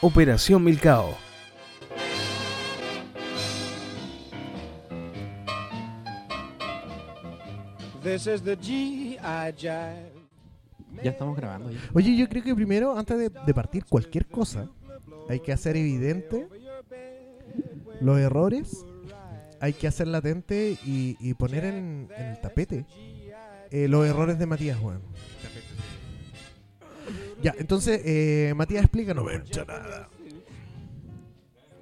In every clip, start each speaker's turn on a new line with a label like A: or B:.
A: Operación Milcao.
B: This is the G.I. Jive.
C: Ya estamos grabando. ya.
D: Oye, yo creo que primero, antes de, de partir cualquier cosa, hay que hacer evidente los errores, hay que hacer latente y, y poner en, en el tapete eh, los errores de Matías, weón. Ya, entonces, eh, Matías, explícanos. weón.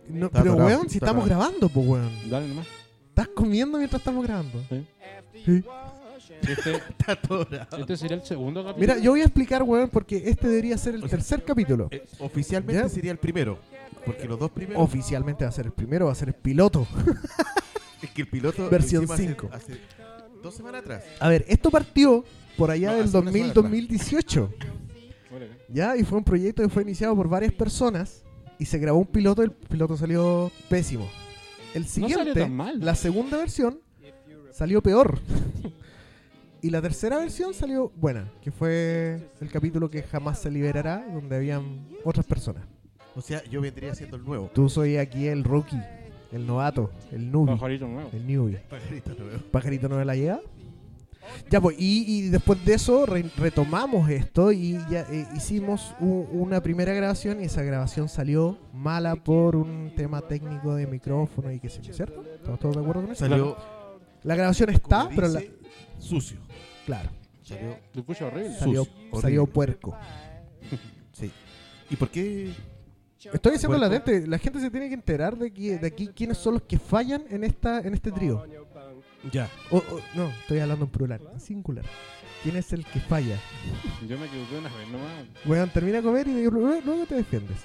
D: No,
C: Está
D: pero,
C: atorado,
D: weón, si
C: está
D: estamos
C: atorado.
D: grabando, pues, weón.
C: Dale nomás.
D: Estás comiendo mientras estamos grabando.
C: Este, este sería el segundo capítulo.
D: Mira, yo voy a explicar, weón, porque este debería ser el tercer capítulo.
E: Eh, oficialmente
D: ¿Ya?
E: sería el primero. Porque los dos primeros.
D: Oficialmente va a ser el primero, va a ser el piloto.
E: es que el piloto.
D: Versión
E: lo hicimos hace-
D: cinco.
E: Hace, dos semanas atrás.
D: A ver, esto partió por allá
E: No,
D: del
E: hace una
D: 2000,
E: semana atrás.
D: 2018.
C: Órale.
D: ¿Ya? Y fue un proyecto que fue iniciado por varias personas y se grabó un piloto, el piloto salió pésimo. El
C: No
D: siguiente,
C: salió tan mal.
D: la segunda versión salió peor. y la tercera versión salió buena, que fue el capítulo que jamás se liberará, donde habían otras personas.
E: O sea, yo vendría siendo el nuevo.
D: Tú soy aquí el rookie, el novato, el newbie,
C: Pajarito nuevo.
D: el newbie.
E: Pajarito nuevo.
D: Pajarito no me la llega. Ya, pues, y, y después de eso re- retomamos esto y ya eh, hicimos u- una primera grabación y esa grabación salió mala por un tema técnico de micrófono y qué sé yo, ¿cierto? ¿Estamos todos de acuerdo con eso?
E: Salió.
D: La grabación
E: como
D: está,
E: dice,
D: pero la,
E: Sucio.
D: claro,
E: Salió.
C: Te escucha horrible.
D: salió,
E: Sucio, horrible.
D: salió puerco.
E: Sí. ¿Y por qué?
D: Estoy diciendo la
E: Puerco.
D: gente, la gente se tiene que enterar de, que, de aquí quiénes son los que fallan en esta en este trío.
E: Ya.
D: O- o- no, estoy hablando en plural, en singular. ¿Quién es el que falla?
C: Yo me equivoqué una vez nomás.
D: Weón, termina de comer y de- lue- luego te defiendes.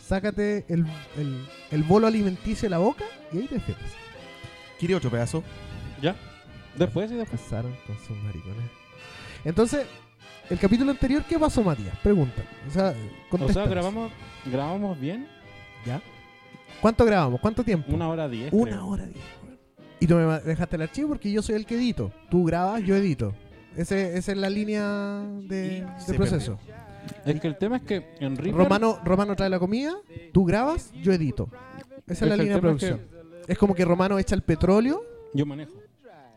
D: Sácate el, el, el bolo alimenticio de la boca y ahí te defiendes.
E: ¿Quiere otro pedazo?
C: Ya. Después y después.
D: Pasaron con sus maricones. Entonces, el capítulo anterior, ¿qué pasó, Matías? Pregunta. O sea,
C: O sea,
D: contéstanos.
C: grabamos, grabamos bien
D: ¿Ya? ¿Cuánto grabamos? ¿Cuánto tiempo?
C: una hora diez.
D: Una
C: creo.
D: hora diez. weón. Y tú me ma- dejaste el archivo porque yo soy el que edito. Tú grabas, yo edito. Ese, esa es la línea
E: Y
D: de,
E: se
D: de proceso.
C: Es que el tema es que en Reaper...
D: Romano, Romano trae la comida, tú grabas, yo edito. Esa es la
C: el
D: línea de
C: tema es que
D: producción. Es como que Romano echa el petróleo.
C: Yo manejo.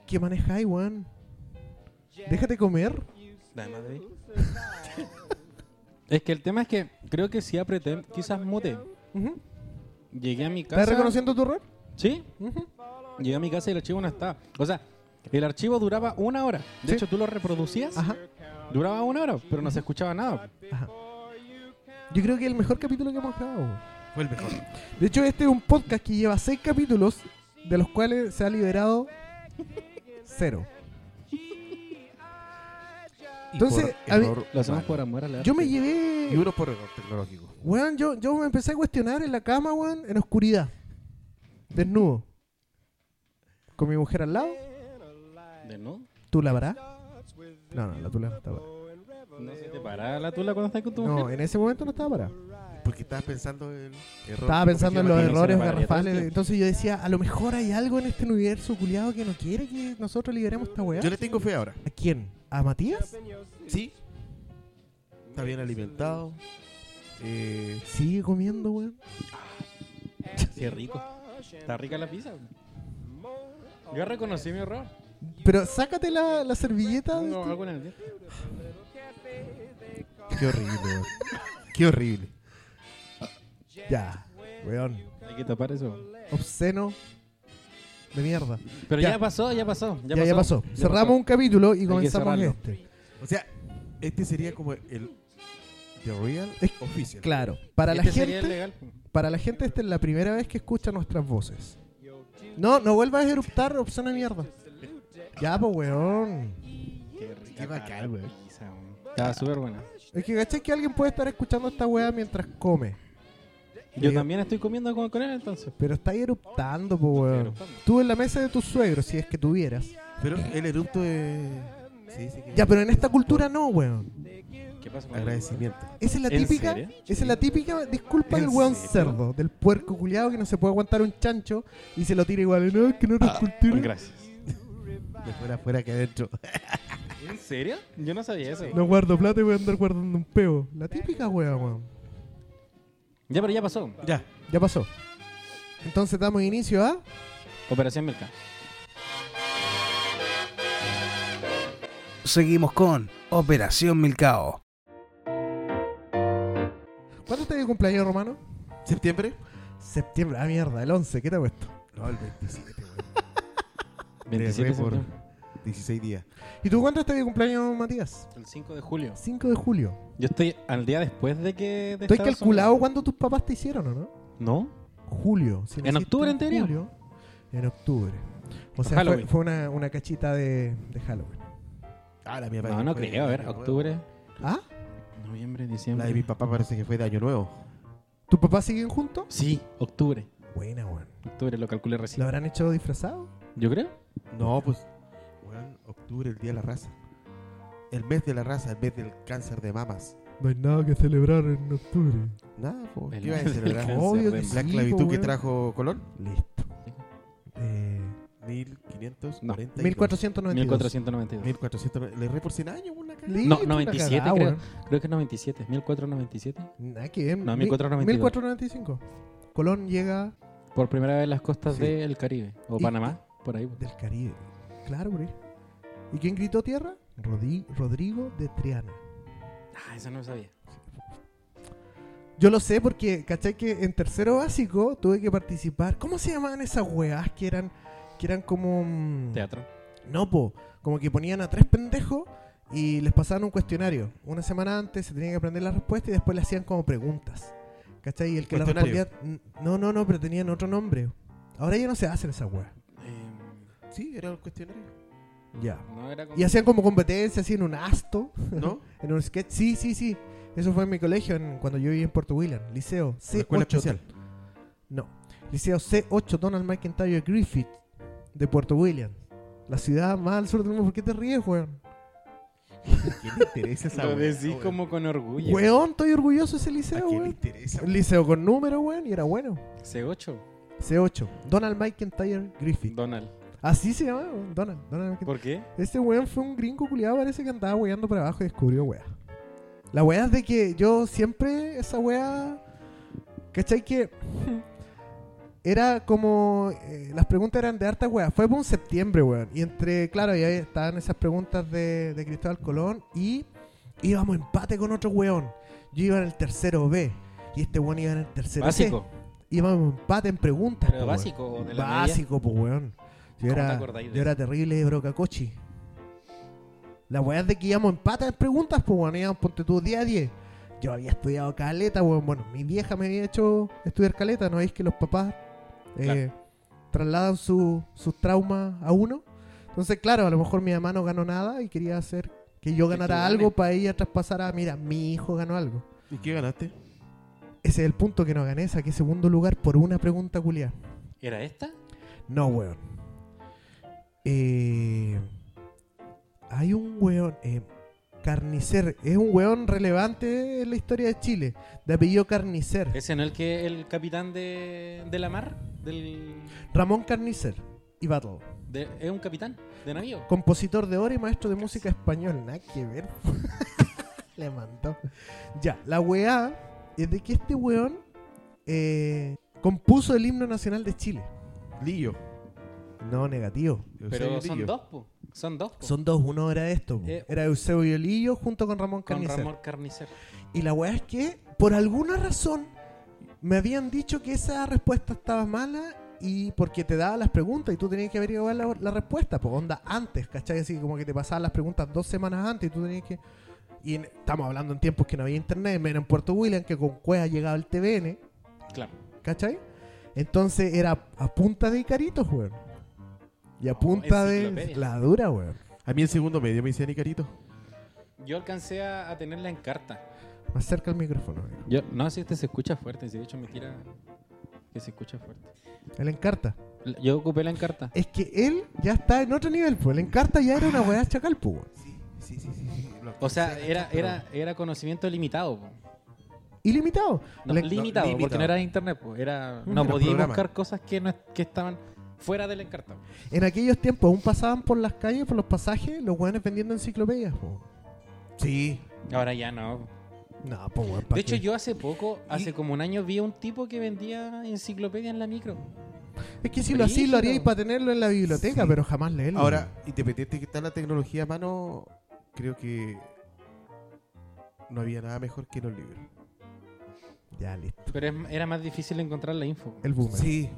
D: ¿Qué maneja Iwan? Déjate comer.
C: Es que el tema es que creo que si apreté, quizás mute.
D: Ujú.
C: Llegué a mi casa.
D: ¿Estás reconociendo tu error?
C: Sí.
D: Ujú.
C: Llegué a mi casa y el archivo no estaba. O sea, el archivo duraba una hora. De
D: Sí.
C: hecho, tú lo reproducías.
D: Ajá,
C: Duraba una hora, pero no se escuchaba nada.
D: ajá. Yo creo que es el mejor capítulo que hemos grabado.
E: Fue el mejor.
D: De hecho, este es un podcast que lleva seis capítulos, de los cuales se ha liberado cero.
E: Y
D: Entonces,
E: por
D: a mí-
E: error
C: Lo hacemos
E: humano.
C: por amor al arte.
D: Yo me
E: Y
D: llevé.
E: uno por error tecnológico.
D: Weón, yo, yo me empecé a cuestionar en la cama, weón, en oscuridad. Desnudo. Con mi mujer al lado.
C: ¿De no?
D: ¿Tú la verás? No, no, la tula no estaba.
C: ¿No se te paraba la tula cuando estás con tu
D: No,
C: mujer?
D: en ese momento no estaba parada.
E: Porque estabas pensando en error.
D: Estaba pensando en los
C: imagino que
D: errores
C: se pararía todo
D: garrafales.
C: el tiempo.
D: Entonces yo decía, a lo mejor hay algo en este universo culiado que no quiere que nosotros liberemos esta weá.
E: Yo le tengo fe ahora.
D: ¿A quién? ¿A Matías?
E: Sí. Está bien alimentado. Eh,
D: Sigue comiendo, weón.
C: Qué rico. Está rica la pizza. Yo reconocí mi error.
D: Pero sácate la, la servilleta. de
C: Tengo
D: tu-
C: algo en el diente.
E: qué horrible, weón. Qué horrible.
D: Ya, weón.
C: Hay que tapar eso.
D: Obsceno. De mierda.
C: Pero
D: Ya.
C: ya, pasó, ya pasó. Ya,
D: Ya, ya pasó. Cerramos un capítulo y comenzamos
C: cerrarlo.
D: este.
E: O sea, este sería como el The Real
D: Es-
E: Official.
D: Claro. Para la
C: Este sería el
D: gente,
C: legal.
D: para la gente, esta es la primera vez que escucha nuestras voces. No, no vuelvas a eruptar, obsceno de mierda. Ya, pues, weón.
C: Qué rica.
E: Qué bacán,
C: la
E: weón.
C: pizza, weón. Estaba súper buena.
D: Es que caché que alguien puede estar escuchando esta weá mientras come.
C: Yo
D: Yo-
C: también estoy comiendo con, con él entonces.
D: Pero está ahí eruptando, po weón.
C: eruptando.
D: Tú en la mesa de tus suegros, si es que tuvieras.
E: Pero el eructo es. se dice que-
D: Ya, pero en esta cultura no, weón.
C: ¿Qué pasa con el-
E: Agradecimiento.
D: Esa es la
C: ¿En
D: típica,
C: serio?
D: esa es la típica disculpa
E: ¿En
D: del weón
E: serio?
D: cerdo, del puerco culiado que no se puede aguantar un chancho y se lo tira igual. No, es que no
C: Ah,
D: era cultura.
C: Gracias.
E: De fuera afuera que adentro.
C: ¿En serio? Yo no sabía eso.
D: No guardo plata y voy a andar guardando un peo. La típica weá, weón.
C: Ya, pero ya pasó.
E: Ya.
D: Ya pasó. Entonces damos inicio a.
C: Operación Mercado.
A: Seguimos con Operación Milcao.
D: ¿Cuándo está tu cumpleaños romano?
E: ¿Septiembre?
D: Septiembre. Ah, mierda, el 11. ¿Qué te ha puesto?
E: No, el 27, weón.
C: 27 de
E: re por-
C: septiembre.
E: 16 días.
D: ¿Y tú cuándo está tu cumpleaños, Matías?
C: El 5 de julio.
D: 5 de julio.
C: Yo estoy al día después de que. de
D: ¿Tú has
C: Estados
D: calculado
C: Unidos.
D: cuándo tus papás te hicieron o no?
C: No.
D: Julio. si
C: En
D: naciste
C: octubre, en teoría.
D: julio, en octubre. O sea, fue,
C: Halloween.
D: fue una, una cachita de, de Halloween.
E: Ah, la mía
C: No, no creo. A ver, octubre,
D: ¿Ah?
C: noviembre,
E: La
C: diciembre.
E: de mi papá parece que fue de año nuevo.
D: ¿Tus papás siguen juntos?
C: Sí, octubre.
D: Buena, weón.
C: Octubre, lo calculé recién.
D: ¿Lo habrán hecho disfrazado?
C: Yo creo.
E: No, pues. Weón, octubre, el día de la raza. El mes de la raza, el mes del cáncer de mamas.
D: No hay nada que celebrar en octubre.
E: Nada, po, ¿qué
C: El
E: iba a
C: mes del
E: celebrar?
C: cáncer
D: Obvio
C: de
D: que sí.
E: La
D: po,
E: esclavitud que
D: weón.
E: trajo Colón.
D: Listo. Eh,
E: 1540.
D: 1492.
C: 1492.
E: 1400. Le re por 100 años, una cagada.
D: Listo,
C: No,
D: una
C: 97
D: cagada,
C: creo.
D: weón.
C: Creo que es 97. 1497.
D: Nada que ver.
C: No,
D: Mi-
C: 1492.
D: 1495. Colón llega
C: Por primera vez las costas
E: Sí.
C: del Caribe. O
D: Y-
C: Panamá, por ahí. pues.
D: del Caribe. Claro, güey. ¿Y quién gritó tierra? Rodi- Rodrigo de Triana.
C: Ah, eso no lo sabía.
D: Yo lo sé porque, ¿cachai? Que en tercero básico tuve que participar. ¿Cómo se llamaban esas weas que eran, que eran como... mm,
C: Teatro.
D: No, po. Como que ponían a tres pendejos y les pasaban un cuestionario. Una semana antes se tenían que aprender la respuesta y después le hacían como preguntas. ¿Cachai? Y el que la
E: Cuestionario.
D: respondía... No, no, no, pero tenían otro nombre. Ahora ya no se hacen esas weas.
C: Eh,
E: Sí, era un cuestionario.
D: Ya.
C: no era como...
D: Y hacían como competencia, así en un asto.
E: ¿No?
D: En un sketch, sí, sí, sí. Eso fue en mi colegio en- cuando yo vivía en Puerto William, liceo
E: Una escuela
D: C8.
E: especial.
D: No, liceo C8 Donald McIntyre Griffith de Puerto William. La ciudad más al sur del mundo. ¿Por qué te ríes, weón?
E: ¿Qué le interesa esa
C: Lo
E: weá,
C: decís
E: weón?
C: como con orgullo.
D: Weón, estoy orgulloso de ese
E: ¿A
D: liceo,
E: quién le
D: weón.
E: interesa?
D: Un liceo con número, weón, y era bueno.
C: C8.
D: C8, Donald McIntyre Griffith.
C: Donald.
D: Así se llamaba, weón. Donald, Donald McIntyre.
C: ¿Por qué?
D: Ese Este weón fue un gringo culiado, parece que andaba weando para abajo y descubrió wea. La wea es de que yo siempre, esa wea. ¿Cachai? Que. Era como. eh, las preguntas eran de hartas weas. Fue por un septiembre, weón. Y entre, claro, y ahí estaban esas preguntas de, de Cristóbal Colón. Y íbamos empate con otro weón. Yo iba en el tercero B. Y este weón iba en el tercero
C: Básico.
D: C. Íbamos empate en preguntas.
C: Pero
D: po, weón.
C: básico o de la
D: Básico, pues, weón. Yo
C: ¿Cómo te
D: era,
C: acordáis de
D: yo era terrible brocacochi. La weá es de que íbamos en patas en preguntas, pues, weón. Íbamos, ponte tú, 10 a 10. Yo había estudiado caleta, weón. Bueno, mi vieja me había hecho estudiar caleta. ¿No veis que los papás eh, trasladan su- sus traumas a uno? Entonces, claro, a lo mejor mi mamá no ganó nada y quería hacer que yo
C: Que tú
D: ganara
C: ganes.
D: algo para ella traspasar a, mira, mi hijo ganó algo.
E: ¿Y qué ganaste?
D: Ese es el punto que no gané, saqué segundo lugar por una pregunta culiada.
C: ¿Era esta?
D: No, weón. Eh, hay un weón. eh, Carnicer. Es un weón relevante en la historia de Chile. De apellido Carnicer.
C: ¿Ese no el que el capitán de, de la mar? Del,
D: Ramón Carnicer. Y Battle.
C: de- ¿Es un capitán de navío?
D: Compositor de obra y maestro de música español. Nada que ver. Le mandó. Ya, la weá es de que este weón eh, compuso el himno nacional de Chile.
E: Lillo.
D: No, negativo.
C: Pero
E: Eusebio
C: son
E: Lillo.
C: dos, po. Son dos, po.
D: Son dos, uno era esto. po.
C: Eh,
D: Era Eusebio Lillo junto con Ramón
C: con
D: Carnicer.
C: Ramón Carnicer.
D: Y la weá es que, por alguna razón, me habían dicho que esa respuesta estaba mala y porque te daba las preguntas y tú tenías que averiguar la, la respuesta, pues onda antes, ¿cachai? Así como que te pasaban las preguntas dos semanas antes y tú tenías que... Y en- estamos hablando en tiempos que no había internet, menos en Puerto William, que con cueva llegaba el TVN,
C: Claro.
D: ¿cachai? Entonces era a punta de caritos, weón. Y a punta de...
C: enciclopedia.
D: La dura, weón.
E: A mí en segundo medio me decían Icarito.
C: Yo alcancé a, a tenerla en carta.
D: Más cerca el micrófono, weón.
C: Yo, no, si este se escucha fuerte. Si de hecho me tira que se escucha fuerte.
D: Él encarta.
C: Yo ocupé la encarta.
D: Es que él ya está en otro nivel, pues. El encarta ya era una weá chacal, pues, weón.
E: Sí, sí, sí. sí, sí. Lo
C: O sea,
E: alcancé a
C: era,
E: cachar,
C: era, era conocimiento limitado. po.
D: Ilimitado.
C: No,
D: Le-
C: limitado,
E: no,
C: porque
E: limitado.
C: no era internet. po. Era,
D: Mm,
C: no
E: era
C: podía
E: programa.
C: buscar cosas que, no, que estaban fuera de la encarta. po.
D: En aquellos tiempos aún pasaban por las calles, pues. por los pasajes, los weones vendiendo enciclopedias, po.
E: pero- Sí.
C: Ahora ya no.
D: No, pues, weón, ¿pa'
C: De hecho,
D: qué?
C: yo hace poco, hace
D: Y-
C: como un año, vi a un tipo que vendía enciclopedias en la micro.
D: Es que si lo así lo haríais
C: Brígido.
D: para tenerlo en la biblioteca,
E: Sí.
D: pero jamás leerlo.
E: Ahora, independiente que está la tecnología a mano, creo que no había nada mejor que los libros.
D: Ya, listo.
C: Pero es- era más difícil encontrar la info.
D: El boomer.
E: Sí.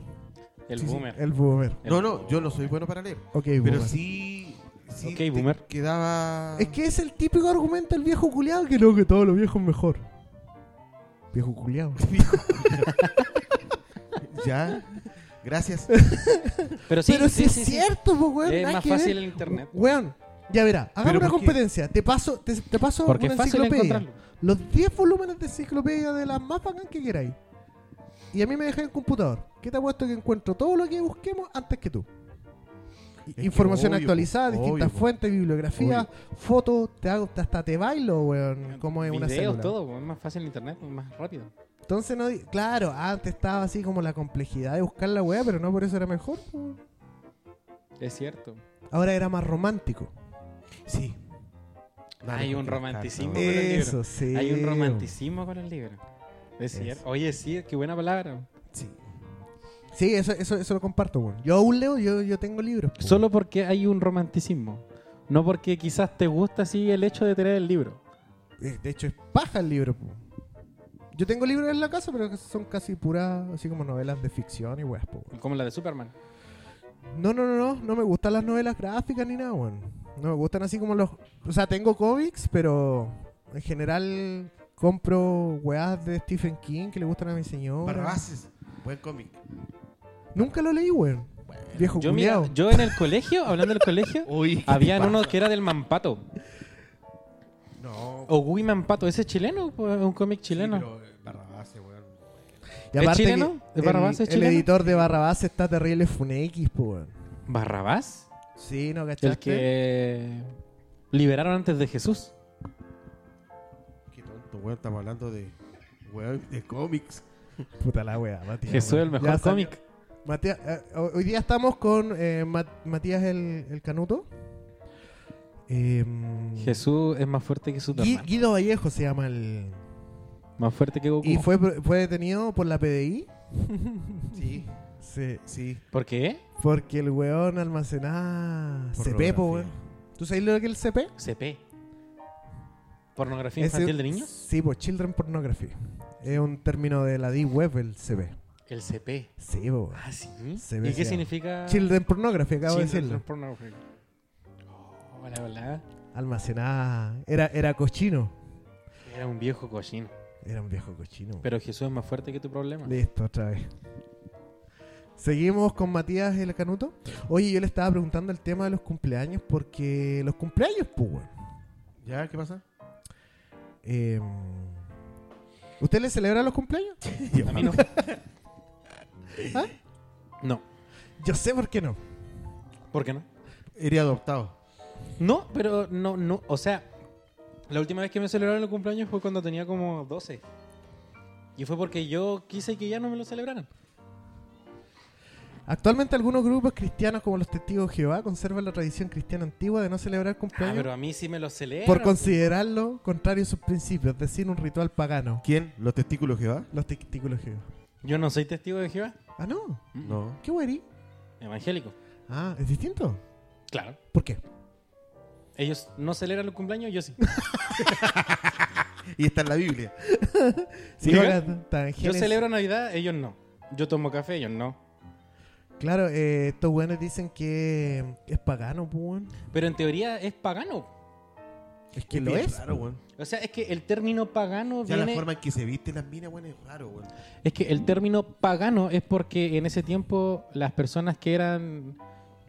C: El
E: Sí, sí,
C: boomer.
D: El boomer.
C: El
E: no, no,
C: boomer.
E: yo no soy bueno para leer.
D: Ok,
E: Pero
D: boomer.
E: sí. sí
C: Ok,
E: te
C: boomer.
E: Quedaba.
D: Es que es el típico argumento del viejo culiado que no, que todo lo viejo es mejor. Viejo culiado.
E: Ya. Gracias.
C: Pero sí,
D: pero
C: sí,
D: si es
C: sí, sí.
D: cierto, pues, weón.
C: Es
D: nada
C: más
D: que ver.
C: fácil el internet.
D: Weón, ya verá, hagamos
E: Pero
D: una
E: ¿por qué?
D: competencia. Te paso, te, te paso
C: Porque
D: una
C: es fácil
D: enciclopedia.
C: encontrarlo.
D: Los 10 volúmenes de enciclopedia de las más bacanas que queráis. Y a mí me dejáis el computador. ¿Qué te apuesto que encuentro todo lo que busquemos antes que tú? I-
E: Es que
D: Información
E: obvio,
D: actualizada,
E: obvio,
D: distintas
E: po.
D: fuentes, bibliografía, fotos, te hago, hasta te bailo, weón, como es una
C: Videos,
D: célula.
C: todo. pues, Es más fácil el internet, más rápido.
D: Entonces no, di- claro, antes estaba así como la complejidad de buscar la weá, pero no por eso era mejor. po.
C: Es cierto.
D: Ahora era más romántico.
E: Sí. Nada
C: Hay
E: mejor
C: un
E: que las
C: romanticismo.
E: cartas,
C: Eh, el libro.
D: Eso, sí.
C: Hay un
D: weón.
C: romanticismo con el libro. Es
E: Eso.
C: cierto. Oye, sí, qué buena palabra.
E: Sí.
D: Sí, eso, eso, eso lo comparto, weón. Yo aún leo, yo, yo tengo libros. po.
C: Solo porque hay un romanticismo. No porque quizás te gusta así el hecho de tener el libro.
D: Eh, De hecho, es paja el libro, po. Yo tengo libros en la casa, pero que son casi puras, así como novelas de ficción y weas, po, weón.
C: Como la de Superman.
D: No, no, no, no, no me gustan las novelas gráficas ni nada, weón. No me gustan así como los... O sea, tengo cómics, pero en general compro weas de Stephen King que le gustan a mi señora.
E: Barbaces. Buen cómic.
D: Nunca lo leí, weón. Viejo
C: Yo, mira,
D: culiao.
C: yo en el colegio, hablando del colegio,
E: Uy.
C: habían uno que era del Mampato.
E: No.
C: O Gui Mampato, ese es chileno, pues, es un cómic Oh, chileno.
E: Sí, pero eh, Barrabases, weón.
D: Y
C: ¿Es
D: aparte que
C: chileno? ¿Es
D: el-
C: Barrabás? ¿Es
D: el,
C: chileno?
D: editor de Barrabás está terrible Funex, po, weón.
C: ¿Barrabás?
D: Sí, no, ¿cachaste?
C: El que liberaron antes de Jesús.
E: Qué tonto, weón. Estamos hablando de. Weón, de cómics.
D: Puta la wea, Matías.
C: Jesús es
D: weón.
C: el
D: Ya
C: mejor
D: salió.
C: cómic.
D: Matías, eh, ho- hoy día estamos con eh, Mat- Matías el, el Canuto. Em,
C: Jesús es más fuerte que
D: Gui-
C: Superman.
D: Guido Vallejo se llama el.
C: Más fuerte que Goku.
D: Y fue, pro- fue detenido por la PDI.
E: Sí.
D: Sí.
E: Sí.
C: ¿Por qué?
D: Porque el weón almacenaba CP, po,
E: Pornografía.
D: weón. ¿Tú sabes lo que es el CP?
C: CP. ¿Pornografía
D: Ese-
C: infantil de niños?
D: Sí, pues Children Pornography. Es un término de la D-Web, el CP.
C: El CP.
D: Sí, po, weón.
C: Ah, sí.
D: CP
C: ¿Y
D: se
C: qué
D: llama.
C: significa?
D: Children Pornography, acabo de
C: Children
D: decirlo.
C: Pornography. Oh, hola, hola.
D: Almacenaba. Era, era cochino.
C: Era un viejo cochino.
D: Era un viejo cochino. weón.
C: Pero Jesús es más fuerte que tu problema.
D: Listo, otra vez. Seguimos con Matías el Canuto. Oye, yo le estaba preguntando el tema de los cumpleaños porque los cumpleaños, pues, weón.
E: ¿Ya? ¿Qué pasa?
D: Eh, ¿Usted le celebra los cumpleaños?
C: A mí no.
D: ¿Ah?
C: No.
D: Yo sé por qué no.
C: ¿Por qué no?
E: Eres adoptado.
C: No, pero no, no. O sea, la última vez que me celebraron el cumpleaños fue cuando tenía como 12. Y fue porque yo quise que ya no me lo celebraran.
D: Actualmente algunos grupos cristianos como los Testigos de Jehová conservan la tradición cristiana antigua de no celebrar
C: Ah,
D: cumpleaños
C: pero a mí sí me lo celebran.
D: por considerarlo contrario a sus principios, es decir, un ritual pagano.
E: ¿Quién? ¿Los testículos que va?
D: Los Testigos de Jehová.
C: Yo no soy testigo de Jehová.
D: Ah, no.
C: Mm.
E: No.
D: ¿Qué guarí?
C: Evangélico.
D: Ah, ¿es distinto?
C: Claro.
D: ¿Por qué?
C: Ellos no celebran los cumpleaños, yo sí.
E: Y está en la Biblia.
D: Sí,
C: Diga.
D: bacán, está en
C: Yo
D: Génesis.
C: celebro Navidad, ellos no. Yo tomo café, ellos no.
D: Claro, eh, estos buenos dicen que es pagano, pues, weón.
C: Pero en teoría es pagano.
D: Es que lo
E: bien
D: es.
E: raro, weón.
C: O sea, es que el término pagano
E: Ya la
C: viene...
E: forma en que se visten las minas, weón, es raro, weón.
C: Es que el término pagano es porque en ese tiempo las personas que eran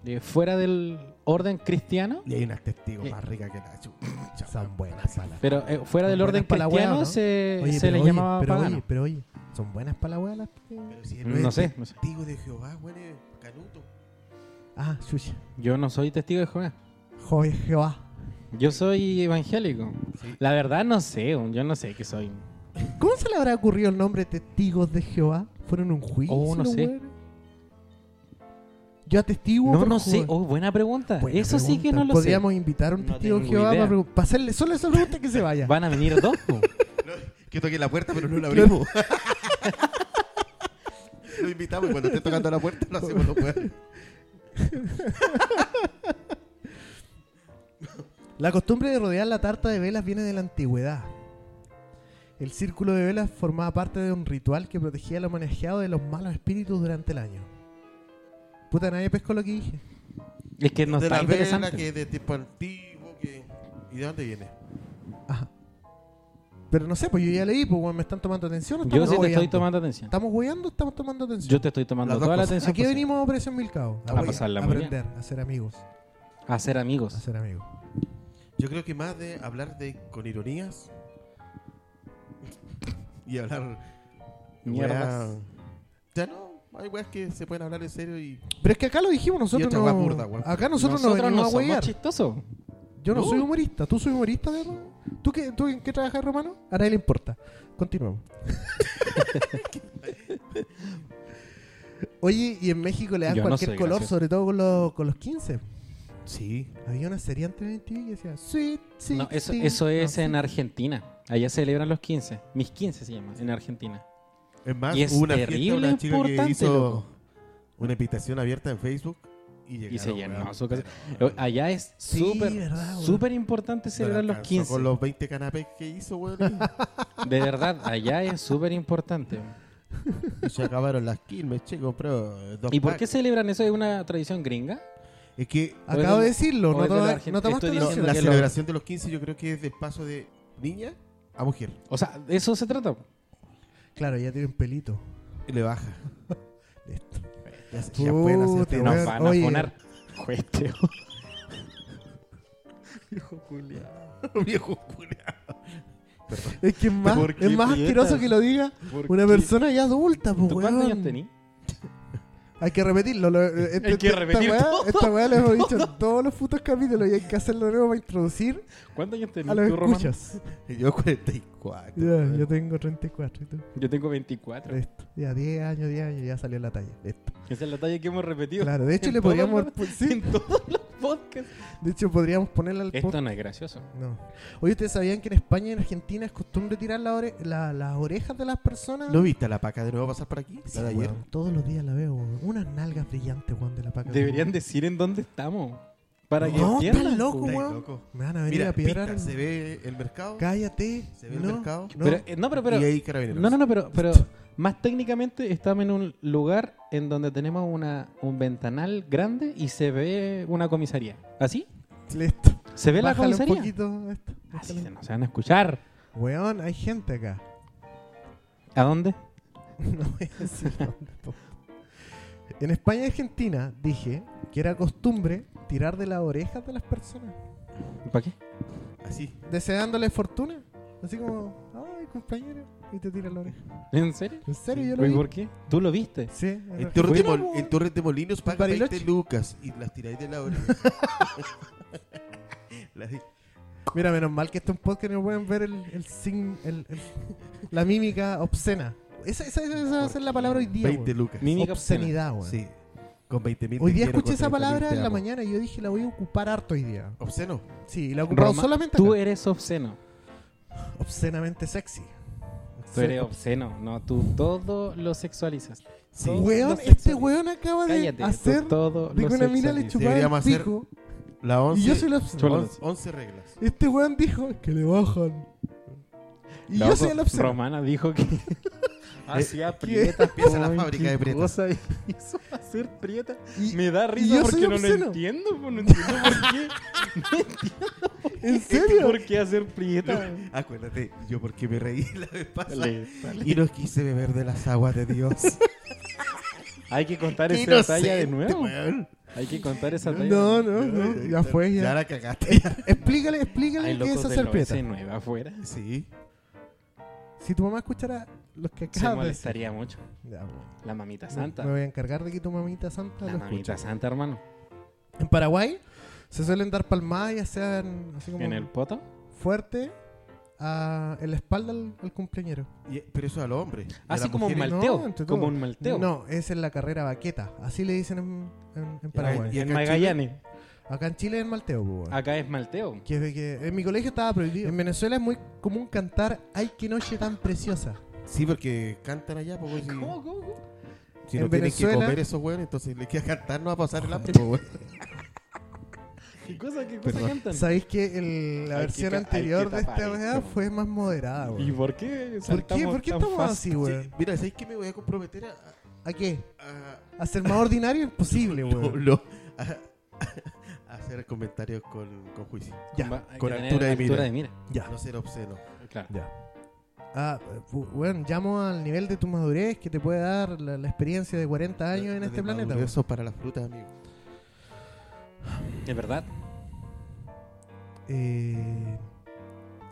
C: de fuera del orden cristiano,
E: Y hay unas testigos
C: Eh.
E: más ricas que la chucha.
D: Son buenas para la
C: pero eh, fuera del
D: Buenas
C: orden
D: pa' la wea,
C: cristiano
D: ¿no?
C: se,
D: Oye,
C: se
D: pero
C: les
D: oye,
C: llamaba
D: pero
C: pagano.
D: oye, pero oye, son buenas para la wea las.
E: Pero si
C: No
E: es
C: sé, no sé.
E: testigo de Jehová, weón, es canuto.
D: Ah, suya.
C: Yo no soy testigo de Jehová.
D: Joder, Jehová.
C: Yo soy evangélico.
E: Sí.
C: La verdad no sé, yo no sé qué soy.
D: ¿Cómo se le habrá ocurrido el nombre Testigos de Jehová? ¿Fueron un juicio?
C: Oh, no sé.
D: weón? Yo atestiguo.
C: No,
D: por
C: no
D: ju-
C: sé. Oh, buena pregunta.
D: Buena
C: Eso sí que
D: pregunta.
C: no lo
D: Podríamos invitar a un
C: No
D: testigo de
C: tengo
D: Jehová
C: idea.
D: para, pregu- para hacerle solo esa pregunta que se
C: sé.
D: vaya.
C: Van a venir dos. po.
E: que toque la puerta, pero no la abrimos. lo invitamos y cuando esté tocando la puerta lo hacemos los weones.
D: La costumbre de rodear la tarta de velas viene de la antigüedad. El círculo de velas formaba parte de un ritual que protegía al homenajeado de los malos espíritus durante el año. Puta, nadie pescó lo que dije.
C: Es que no
E: de
C: está
E: la vela,
C: interesante.
E: que es de tipo antiguo, que... ¿Y de dónde viene?
D: Ajá. Pero no sé, pues yo ya leí, pues weón, me están tomando atención. o
C: Yo
D: estamos
C: sí te estoy
D: hueveando?
C: tomando atención.
D: ¿Estamos hueando o estamos tomando atención?
C: Yo te estoy tomando
E: Las dos
C: toda la
E: cosas.
C: atención. pues,
D: Aquí
C: posible.
D: venimos a Operación Milcao.
C: A
D: huevear,
C: pasarla
D: a
C: muy
D: aprender, a ser amigos.
C: A ser
D: A
C: amigos.
D: ser amigos.
E: Yo creo que más de hablar de con ironías y hablar
C: Mierdas.
E: weá- Ya no, hay weas que se pueden hablar en serio y
D: Pero es que acá lo dijimos nosotros.
E: otra
D: No,
E: hueá burda, weón.
D: acá nosotros, no venimos a
C: somos
D: huevear.
C: chistosos.
D: Yo no,
E: No.
D: soy humorista. ¿Tú soy humorista, de verdad? ¿Tú, qué, ¿Tú en qué trabajas, Romano? A nadie le importa. Continuamos. Oye, y en México le dan
C: Yo no
D: cualquier
C: soy
D: color,
C: gracioso.
D: sobre todo con los, con los 15.
E: sí,
D: Había una serie antes de MTV que decía Sweet, sí,
C: No, eso, eso es en Argentina. Allá celebran los 15. Mis 15 se llama, en Argentina.
E: es más,
C: Y es
E: hubo una
C: terrible
E: fiesta una chica que
C: importante,
E: hizo
C: loco.
E: una invitación abierta en Facebook y llegaron,
C: Y se llenó
E: weón.
C: su casa.
E: Pero,
C: Allá es
D: Sí,
C: súper,
D: verdad, weón.
C: súper importante celebrar
E: no
C: los
E: alcanzó
C: 15.
E: Con los 20 canapés que hizo, weón.
C: De verdad, allá es súper importante.
E: y se acabaron las quilmes, che, compró eh, dos
C: ¿Y por qué
E: packs.
C: celebran eso? ¿Es una tradición gringa?
E: Es que
D: Acabo de decirlo,
C: o
D: no,
C: es de
D: toma-
C: la Argentina.
D: no tomaste
C: Estoy
E: no,
C: diciendo
E: la
C: que lo-
E: celebración de los 15 yo creo que es del paso de niña a mujer.
C: O sea, de eso se trata.
D: Claro, ya tiene un pelito.
E: Y le baja.
D: Listo.
E: Ya, se- ya pueden hacer este
D: Puta,
E: tenis.
C: Nos
D: weón,
C: van a
D: oye.
C: poner. Jueteo.
E: viejo culiao.
D: Es que es más,
E: ¿Por qué
D: es más
E: prietas?
D: asqueroso que lo diga
E: ¿Por
D: una
E: qué?
D: persona ya adulta, pues,
C: ¿Tú cuántos
D: weón.
C: años tenés?
D: Hay que repetirlo. lo- eh, este-
C: Hay que repetir
D: esta,
C: todo.
D: weá, esta weá lo hemos dicho en todos los putos capítulos y hay que hacerlo de nuevo para introducir
C: ¿Cuántos años tenés
D: a los
C: tú, Román?
D: escuchas.
E: Yo 44.
D: Ya, yo tengo 34 y tú.
C: Yo tengo 24.
D: Listo. Ya 10 años, 10 años, ya salió la talla. Listo.
C: Esa es la talla que hemos repetido
D: Claro, de hecho
C: en
D: le
C: todos
D: podríamos
C: los-
D: haber pu- sí,
C: en todos los podcasts.
D: de hecho podríamos ponerla al
C: Esto no es gracioso.
D: No. Oye, ¿ustedes sabían que en España y en Argentina es costumbre tirar la ore- la- las orejas de las personas?
E: ¿No viste a la paca de nuevo pasar por aquí?
D: Sí,
E: La de ayer.
D: weón, todos los días la veo, weón. Unas nalgas brillantes, weón, de la paca.
C: Deberían decir en dónde estamos. Para que
D: No,
C: entiendan. pues.
D: estás loco,
E: Estáis
C: culiao.
D: weón.
E: loco.
D: Me van a venir
E: Mira,
D: a piedrar.
E: pita, se ve el mercado.
D: Cállate.
E: Se ve el
D: no,
E: mercado.
D: no.
C: Pero, eh, no, pero, pero,
E: y ahí carabineros.
C: no, no, no, pero, pero más técnicamente estamos en un lugar en donde tenemos una, un ventanal grande y se ve una comisaría. ¿Así?
D: Listo.
C: ¿Se ve
D: Bájale
C: la Ah,
D: un
C: comisaría?
D: poquito esto.
C: Así
D: Bájale.
C: se no se van a escuchar.
D: Weón, hay gente acá.
C: ¿A dónde?
D: No voy a decir dónde, po. En España y Argentina dije que era costumbre tirar de las orejas de las personas,
C: ¿Para qué?
E: Así.
D: deseándoles fortuna. Así como, ay, compañero, y te tiran la oreja.
C: ¿En serio?
D: ¿En serio? Yo lo
C: ¿Y
D: vi.
C: por qué? ¿Tú lo viste?
D: Sí, es
E: En
D: verdad.
E: Torres, de,
D: Bueno,
E: Mol-
D: po,
E: en Torres de Molinos paga
D: Bariloche.
E: 20 lucas y las tiráis de la oreja. Las di-
D: Mira, menos mal que esto es un podcast y no pueden ver el, el, sin- el- el- la mímica obscena. Esa, esa, esa- esa va a ser la palabra hoy día.
E: 20
D: weón.
E: lucas.
C: Mímica obscena.
D: Obscenidad, weón.
E: Sí. Con 20 mil.
D: Hoy día escuché esa palabra en la mañana y yo dije la voy a ocupar harto hoy día.
E: Obsceno.
D: Sí, y la he ocupado
C: Roma,
D: solamente
C: Tú
D: acá.
C: eres obsceno.
D: obscenamente sexy.
C: Tú eres obsceno. No, tú todo lo sexualizas.
E: Sí.
C: Todo
D: Weón,
C: lo
D: este
C: sexualizas.
D: weón acaba de
C: Cállate. tú
D: hacer
C: todo
D: de
C: lo
D: que una mina le
C: sexualizas.
D: chupaba el
E: Deberíamos hacer
D: pico
E: La 11.
D: y yo soy el obsceno.
C: Chulo.
E: on- 11 reglas.
D: Este weón dijo que le bajan. Y yo
C: Loco,
D: soy el obsceno.
C: Romana dijo que hacía
E: Esta
C: prietas.
E: Ah, empieza la
C: Ay,
E: fábrica de
C: qué
E: prietas.
C: cosa hizo hacer prietas.
D: Y-
C: Me da risa
D: yo soy
C: porque no lo
D: obsceno.
C: entiendo. po, No entiendo por qué.
D: ¿En serio?
C: ¿Por qué hacer prietas?
E: Acuérdate, yo porque me reí la vez pasada.
C: Dale, dale.
E: Y no quise beber de las aguas de Dios.
C: Hay que contar esa talla de nuevo. Hay que contar esa talla.
D: No, no, no. Ya fue,
E: Ya
D: ya.
E: la cagaste.
D: Explícale, explícale
C: Hay
D: qué
C: locos
D: es
C: de
D: hacer prieta.
C: nueva afuera.
E: Sí.
D: Si tu mamá escuchara los que
C: Se
D: acabas de decir.
C: molestaría mucho.
D: Ya, weón.
C: La mamita santa.
D: Me voy a encargar de que tu mamita santa
C: La
D: lo
C: mamita
D: escuche.
C: santa, hermano.
D: En Paraguay se suelen dar palmadas, ya sean así como
C: En el poto.
D: fuerte, a- en la espalda al, al cumpleañero.
E: Y- pero eso al hombre. Y a
D: Ah,
C: Así
E: las
C: Ah, como un
E: mujeres-
D: mal-
C: malteo.
D: no, entre
C: como
D: todos.
C: un malteo.
D: No, es en la carrera baqueta. Así le dicen en, en- en
E: Ya,
D: Paraguay.
E: y
C: Ah, En
E: acá en
C: Magallanes.
D: Acá en Chile es en Malteo, pues, weón.
C: Acá es malteo.
D: Que, que en mi colegio estaba prohibido. En Venezuela es muy común cantar Ay, qué noche tan preciosa.
E: Sí, porque cantan allá, pues, güey, si-
C: ¿Cómo, cómo, cómo?
E: Si
D: En
E: no tienen que
D: Venezuela-
E: comer esos güeyes, entonces le queda cantar, no va a pasar el hambre, pues, güey.
C: ¿Qué cosa, qué cosa
E: Perdón.
C: cantan?
D: Sabéis que el- la
C: Hay que
D: versión
C: ca- hay que
D: anterior de esta
C: tapar
D: weá
C: esto.
D: fue más moderada,
C: ¿Y
D: weón.
C: por qué?
D: ¿Por qué?
C: saltamos
D: ¿Por qué
C: tan
D: estamos
C: fácil?
D: así, weón?
E: Sí, mira, ¿sabes qué me voy a comprometer a,
D: ¿A qué?
E: a-
D: ¿A ser más ordinario? Imposible,
C: Pues.
E: lo-
D: weón.
E: lo- a- a hacer comentarios con, con juicio,
D: Ya,
C: Va- hay que
E: Con
C: tener
E: altura de mira. a
D: ya,
E: no ser obsceno.
C: Claro.
D: ya. Ah, pu- weón, llamo al nivel de tu madurez que te puede dar la, la experiencia de 40 años en
E: De-
D: este
E: de
D: planeta. weón.
E: Eso para las frutas, amigo.
C: Es verdad.
D: Eh,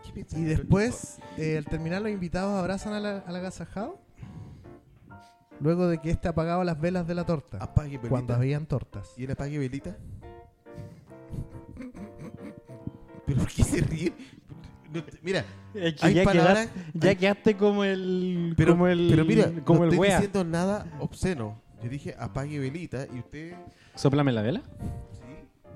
E: ¿Qué piensas?
D: y después, eh, al terminar, los invitados abrazan al la, al agasajado. Luego de que éste apagaba las velas de la torta.
E: Apague velita.
D: cuando habían tortas.
E: ¿Y el apague velita? ¿Pero por qué se ríen? No te- mira,
C: Es que
E: hay
C: ya,
E: palabras...
C: quedaste, ya
E: hay-
C: quedaste como el.
E: pero,
C: como el.
E: pero mira,
C: como
E: no
C: el
E: estoy
C: wea.
E: diciendo nada obsceno. Yo dije apague velita y usted...
C: Sóplame la vela.
E: Sí.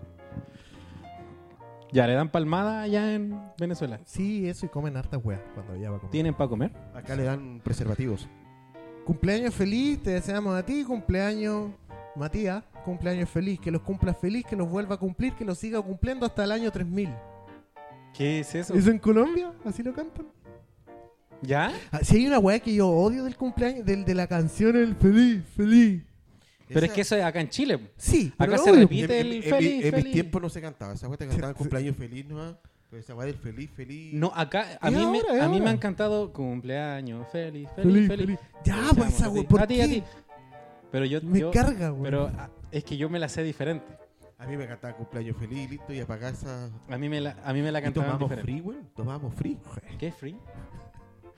C: Ya le dan palmada allá en Venezuela.
D: Sí, eso y comen hartas weas cuando ya va a comer.
C: ¿Tienen para comer?
E: Acá le dan preservativos.
D: Cumpleaños feliz, te deseamos a ti, cumpleaños Matías, cumpleaños feliz, que los cumpla feliz, que los vuelva a cumplir, que los siga cumpliendo hasta el año 3000.
C: ¿Qué es eso?
D: ¿Eso en Colombia? ¿Así lo cantan?
C: ¿Ya?
D: Ah, Si hay una wea que yo odio del cumpleaños, del, de la canción El Feliz, Feliz.
C: Pero es
E: Esa-
C: que eso es acá en Chile.
D: Sí,
C: Acá
D: pero
C: se
D: odio.
C: repite. Pite el
E: mi-
C: feliz,
E: mi- en mis
C: feliz.
E: tiempos no se cantaba. Esa weá te cantaban cumpleaños feliz, ¿no? Pero esa weá del feliz, feliz.
C: No, acá. A,
D: Es
C: mí,
D: ahora,
C: me,
D: es
C: a mí me
D: ahora.
C: han cantado cumpleaños, feliz,
D: Feliz,
C: feliz, feliz.
D: feliz.
C: Te
D: Ya,
C: deseamos
D: pues esa
C: a
D: wea,
C: ti.
D: ¿por
C: A ti, a
D: qué?
C: ti. Pero yo.
D: Me
C: yo-
D: carga, wea.
C: Pero ah, es que yo me la sé diferente.
E: A mí me cantaba cumpleaños feliz, listo, y apagaba esa.
C: A mí me la, a mí me la
E: Y
C: cantaban
E: tomábamos
C: diferente.
E: free, weón. Tomábamos free.
C: ¿Qué es free?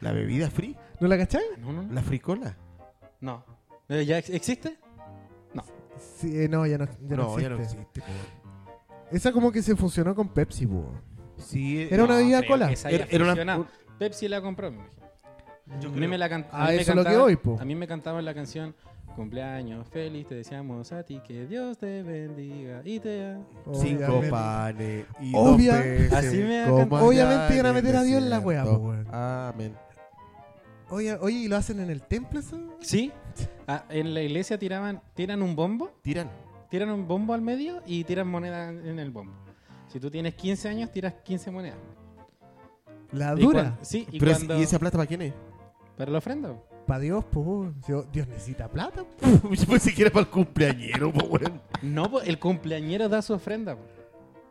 E: La bebida free.
D: ¿No la cacháis?
C: No, no, no.
E: La fricola.
C: No. Eh, ¿Ya ex- existe?
D: Sí, eh, no, ya no, ya no,
E: no, ya no
D: existe.
E: existe. po.
D: Esa como que se fusionó con Pepsi, po.
E: Sí, eh,
D: Era una
C: No,
D: bebida
C: creo
D: cola.
C: que esa ya
E: Era- era una-
C: funcionaba. Pepsi la compró, me imagino.
E: yo
C: A
E: creo-
C: mí me la can-
D: Ah,
C: a mí me
D: eso es lo que
C: cantaban-
D: voy, po.
C: A mí me cantaban la canción Cumpleaños feliz, te deseamos a ti que Dios te bendiga y te a-".
E: Cinco
D: Obviamente.
E: panes y
D: Obvia-
E: dos veces
C: Así me ha
E: como
C: cantado.
D: Obviamente
E: allá
D: iban a
E: en el
D: meter a Dios en la weá, po,
E: desierto.
D: weón.
E: Amén.
D: Oye, oye, ¿y lo hacen en el templo eso?
C: Sí. Ah, en la iglesia tiraban tiran un bombo,
E: Tiran.
C: tiran un bombo al medio y tiran moneda en el bombo. Si tú tienes 15 años, tiras 15 monedas.
D: La
C: Y
D: dura.
C: cuan- sí, y
E: Pero es-
C: cuando
E: ¿Y esa plata para quién es?
C: para la ofrenda.
D: Pa' Dios, po. Si Dios necesita plata, po.
E: Yo pensé Pues que era para el cumpleañero, po, weón.
C: No, po, el cumpleañero da su ofrenda. po.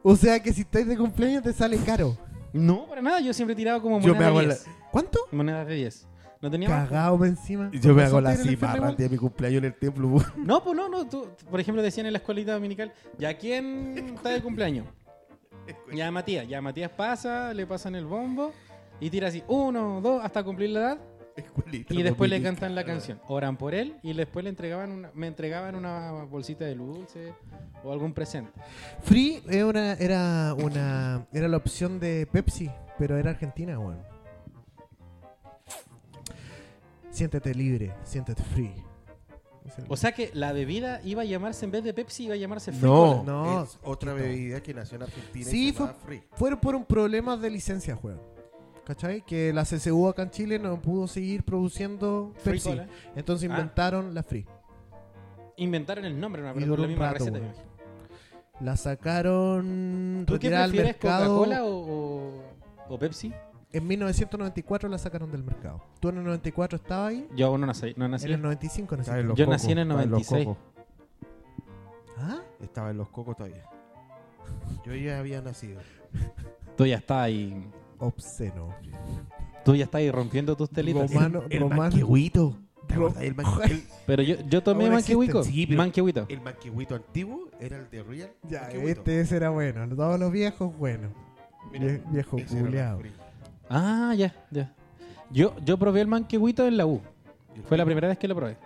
D: O sea que si estáis de cumpleaños te sale caro.
C: No, para nada, yo siempre tiraba como
E: Yo
C: moneda
E: me hago
C: de
E: la-
C: 10.
D: ¿Cuánto?
C: Monedas de 10. No teníamos
D: Cagado pa' encima.
E: Yo me hago
D: ¿Eso
E: la
D: está en el infierno
E: cimarra el
D: igual?
E: día de mi cumpleaños en el templo, weón.
C: No, pues no, no. Tú, por ejemplo, decían en la escuelita dominical, ¿ya quién está de cumpleaños? Ya Matías, ya Matías pasa, le pasan el bombo y tira así, uno, dos, hasta cumplir la edad.
E: Escuelita
C: Y después le
E: dominicana.
C: cantan la canción. Oran por él y después le entregaban una, me entregaban una bolsita de dulce o algún presente.
D: Free era una, era una. Era la opción de Pepsi, pero era Argentina, weón. Siéntete libre, siéntete free.
C: O sea que la bebida iba a llamarse, en vez de Pepsi, iba a llamarse Free
E: No,
C: Cola.
D: No,
E: es otra
D: quito.
E: bebida que nació en Argentina.
D: Sí,
E: y se
D: fue-
E: llamaba Free.
D: Fueron por un problema de licencia, weón. ¿Cachai? Que la CCU acá en Chile no pudo seguir produciendo
C: Free
D: Pepsi.
C: Cola.
D: Entonces
C: Ah.
D: inventaron la Free.
C: Inventaron el nombre, no,
D: Y
C: pero
D: duró
C: por la
D: un
C: misma
D: rato,
C: receta.
D: weón.
C: me imagino.
D: La sacaron
C: ¿Tú qué
D: retirada al
C: prefieres,
D: mercado.
C: Coca-Cola o, o- o Pepsi?
D: En 1994 la sacaron del mercado. Tú en el 94 estabas ahí.
C: Yo aún no nací. No nací.
D: En el 95
E: Estaba
D: naciste.
E: en los
C: Yo nací en el
E: estaba los
C: 96.
E: cocos.
D: ¿Ah?
E: Estaba en los cocos todavía. Yo ya había nacido.
C: Tú ya estás ahí.
D: Obsceno.
C: Tú ya estás ahí rompiendo tus telitas.
D: Román- Mano-
E: el
D: Román-
E: manquehuito. ¿Te
D: Ro-
E: acordás del manque- el,
C: Pero yo, yo tomé
D: Ahora
C: manquehuico.
D: existen, eh,
E: sí, pero-
C: Manquehuito.
E: el manquehuito antiguo era el de Real.
D: Ya,
E: manquehuito.
D: este ese era bueno. Todos los viejos, bueno.
E: Mira,
D: vie- viejo
E: ese era el
D: culiao.
E: Free.
C: Ah, ya, ya. Yo, yo probé el manquehuito en la U.
E: Y el
C: Fue la
E: Free-
C: primera vez que lo probé.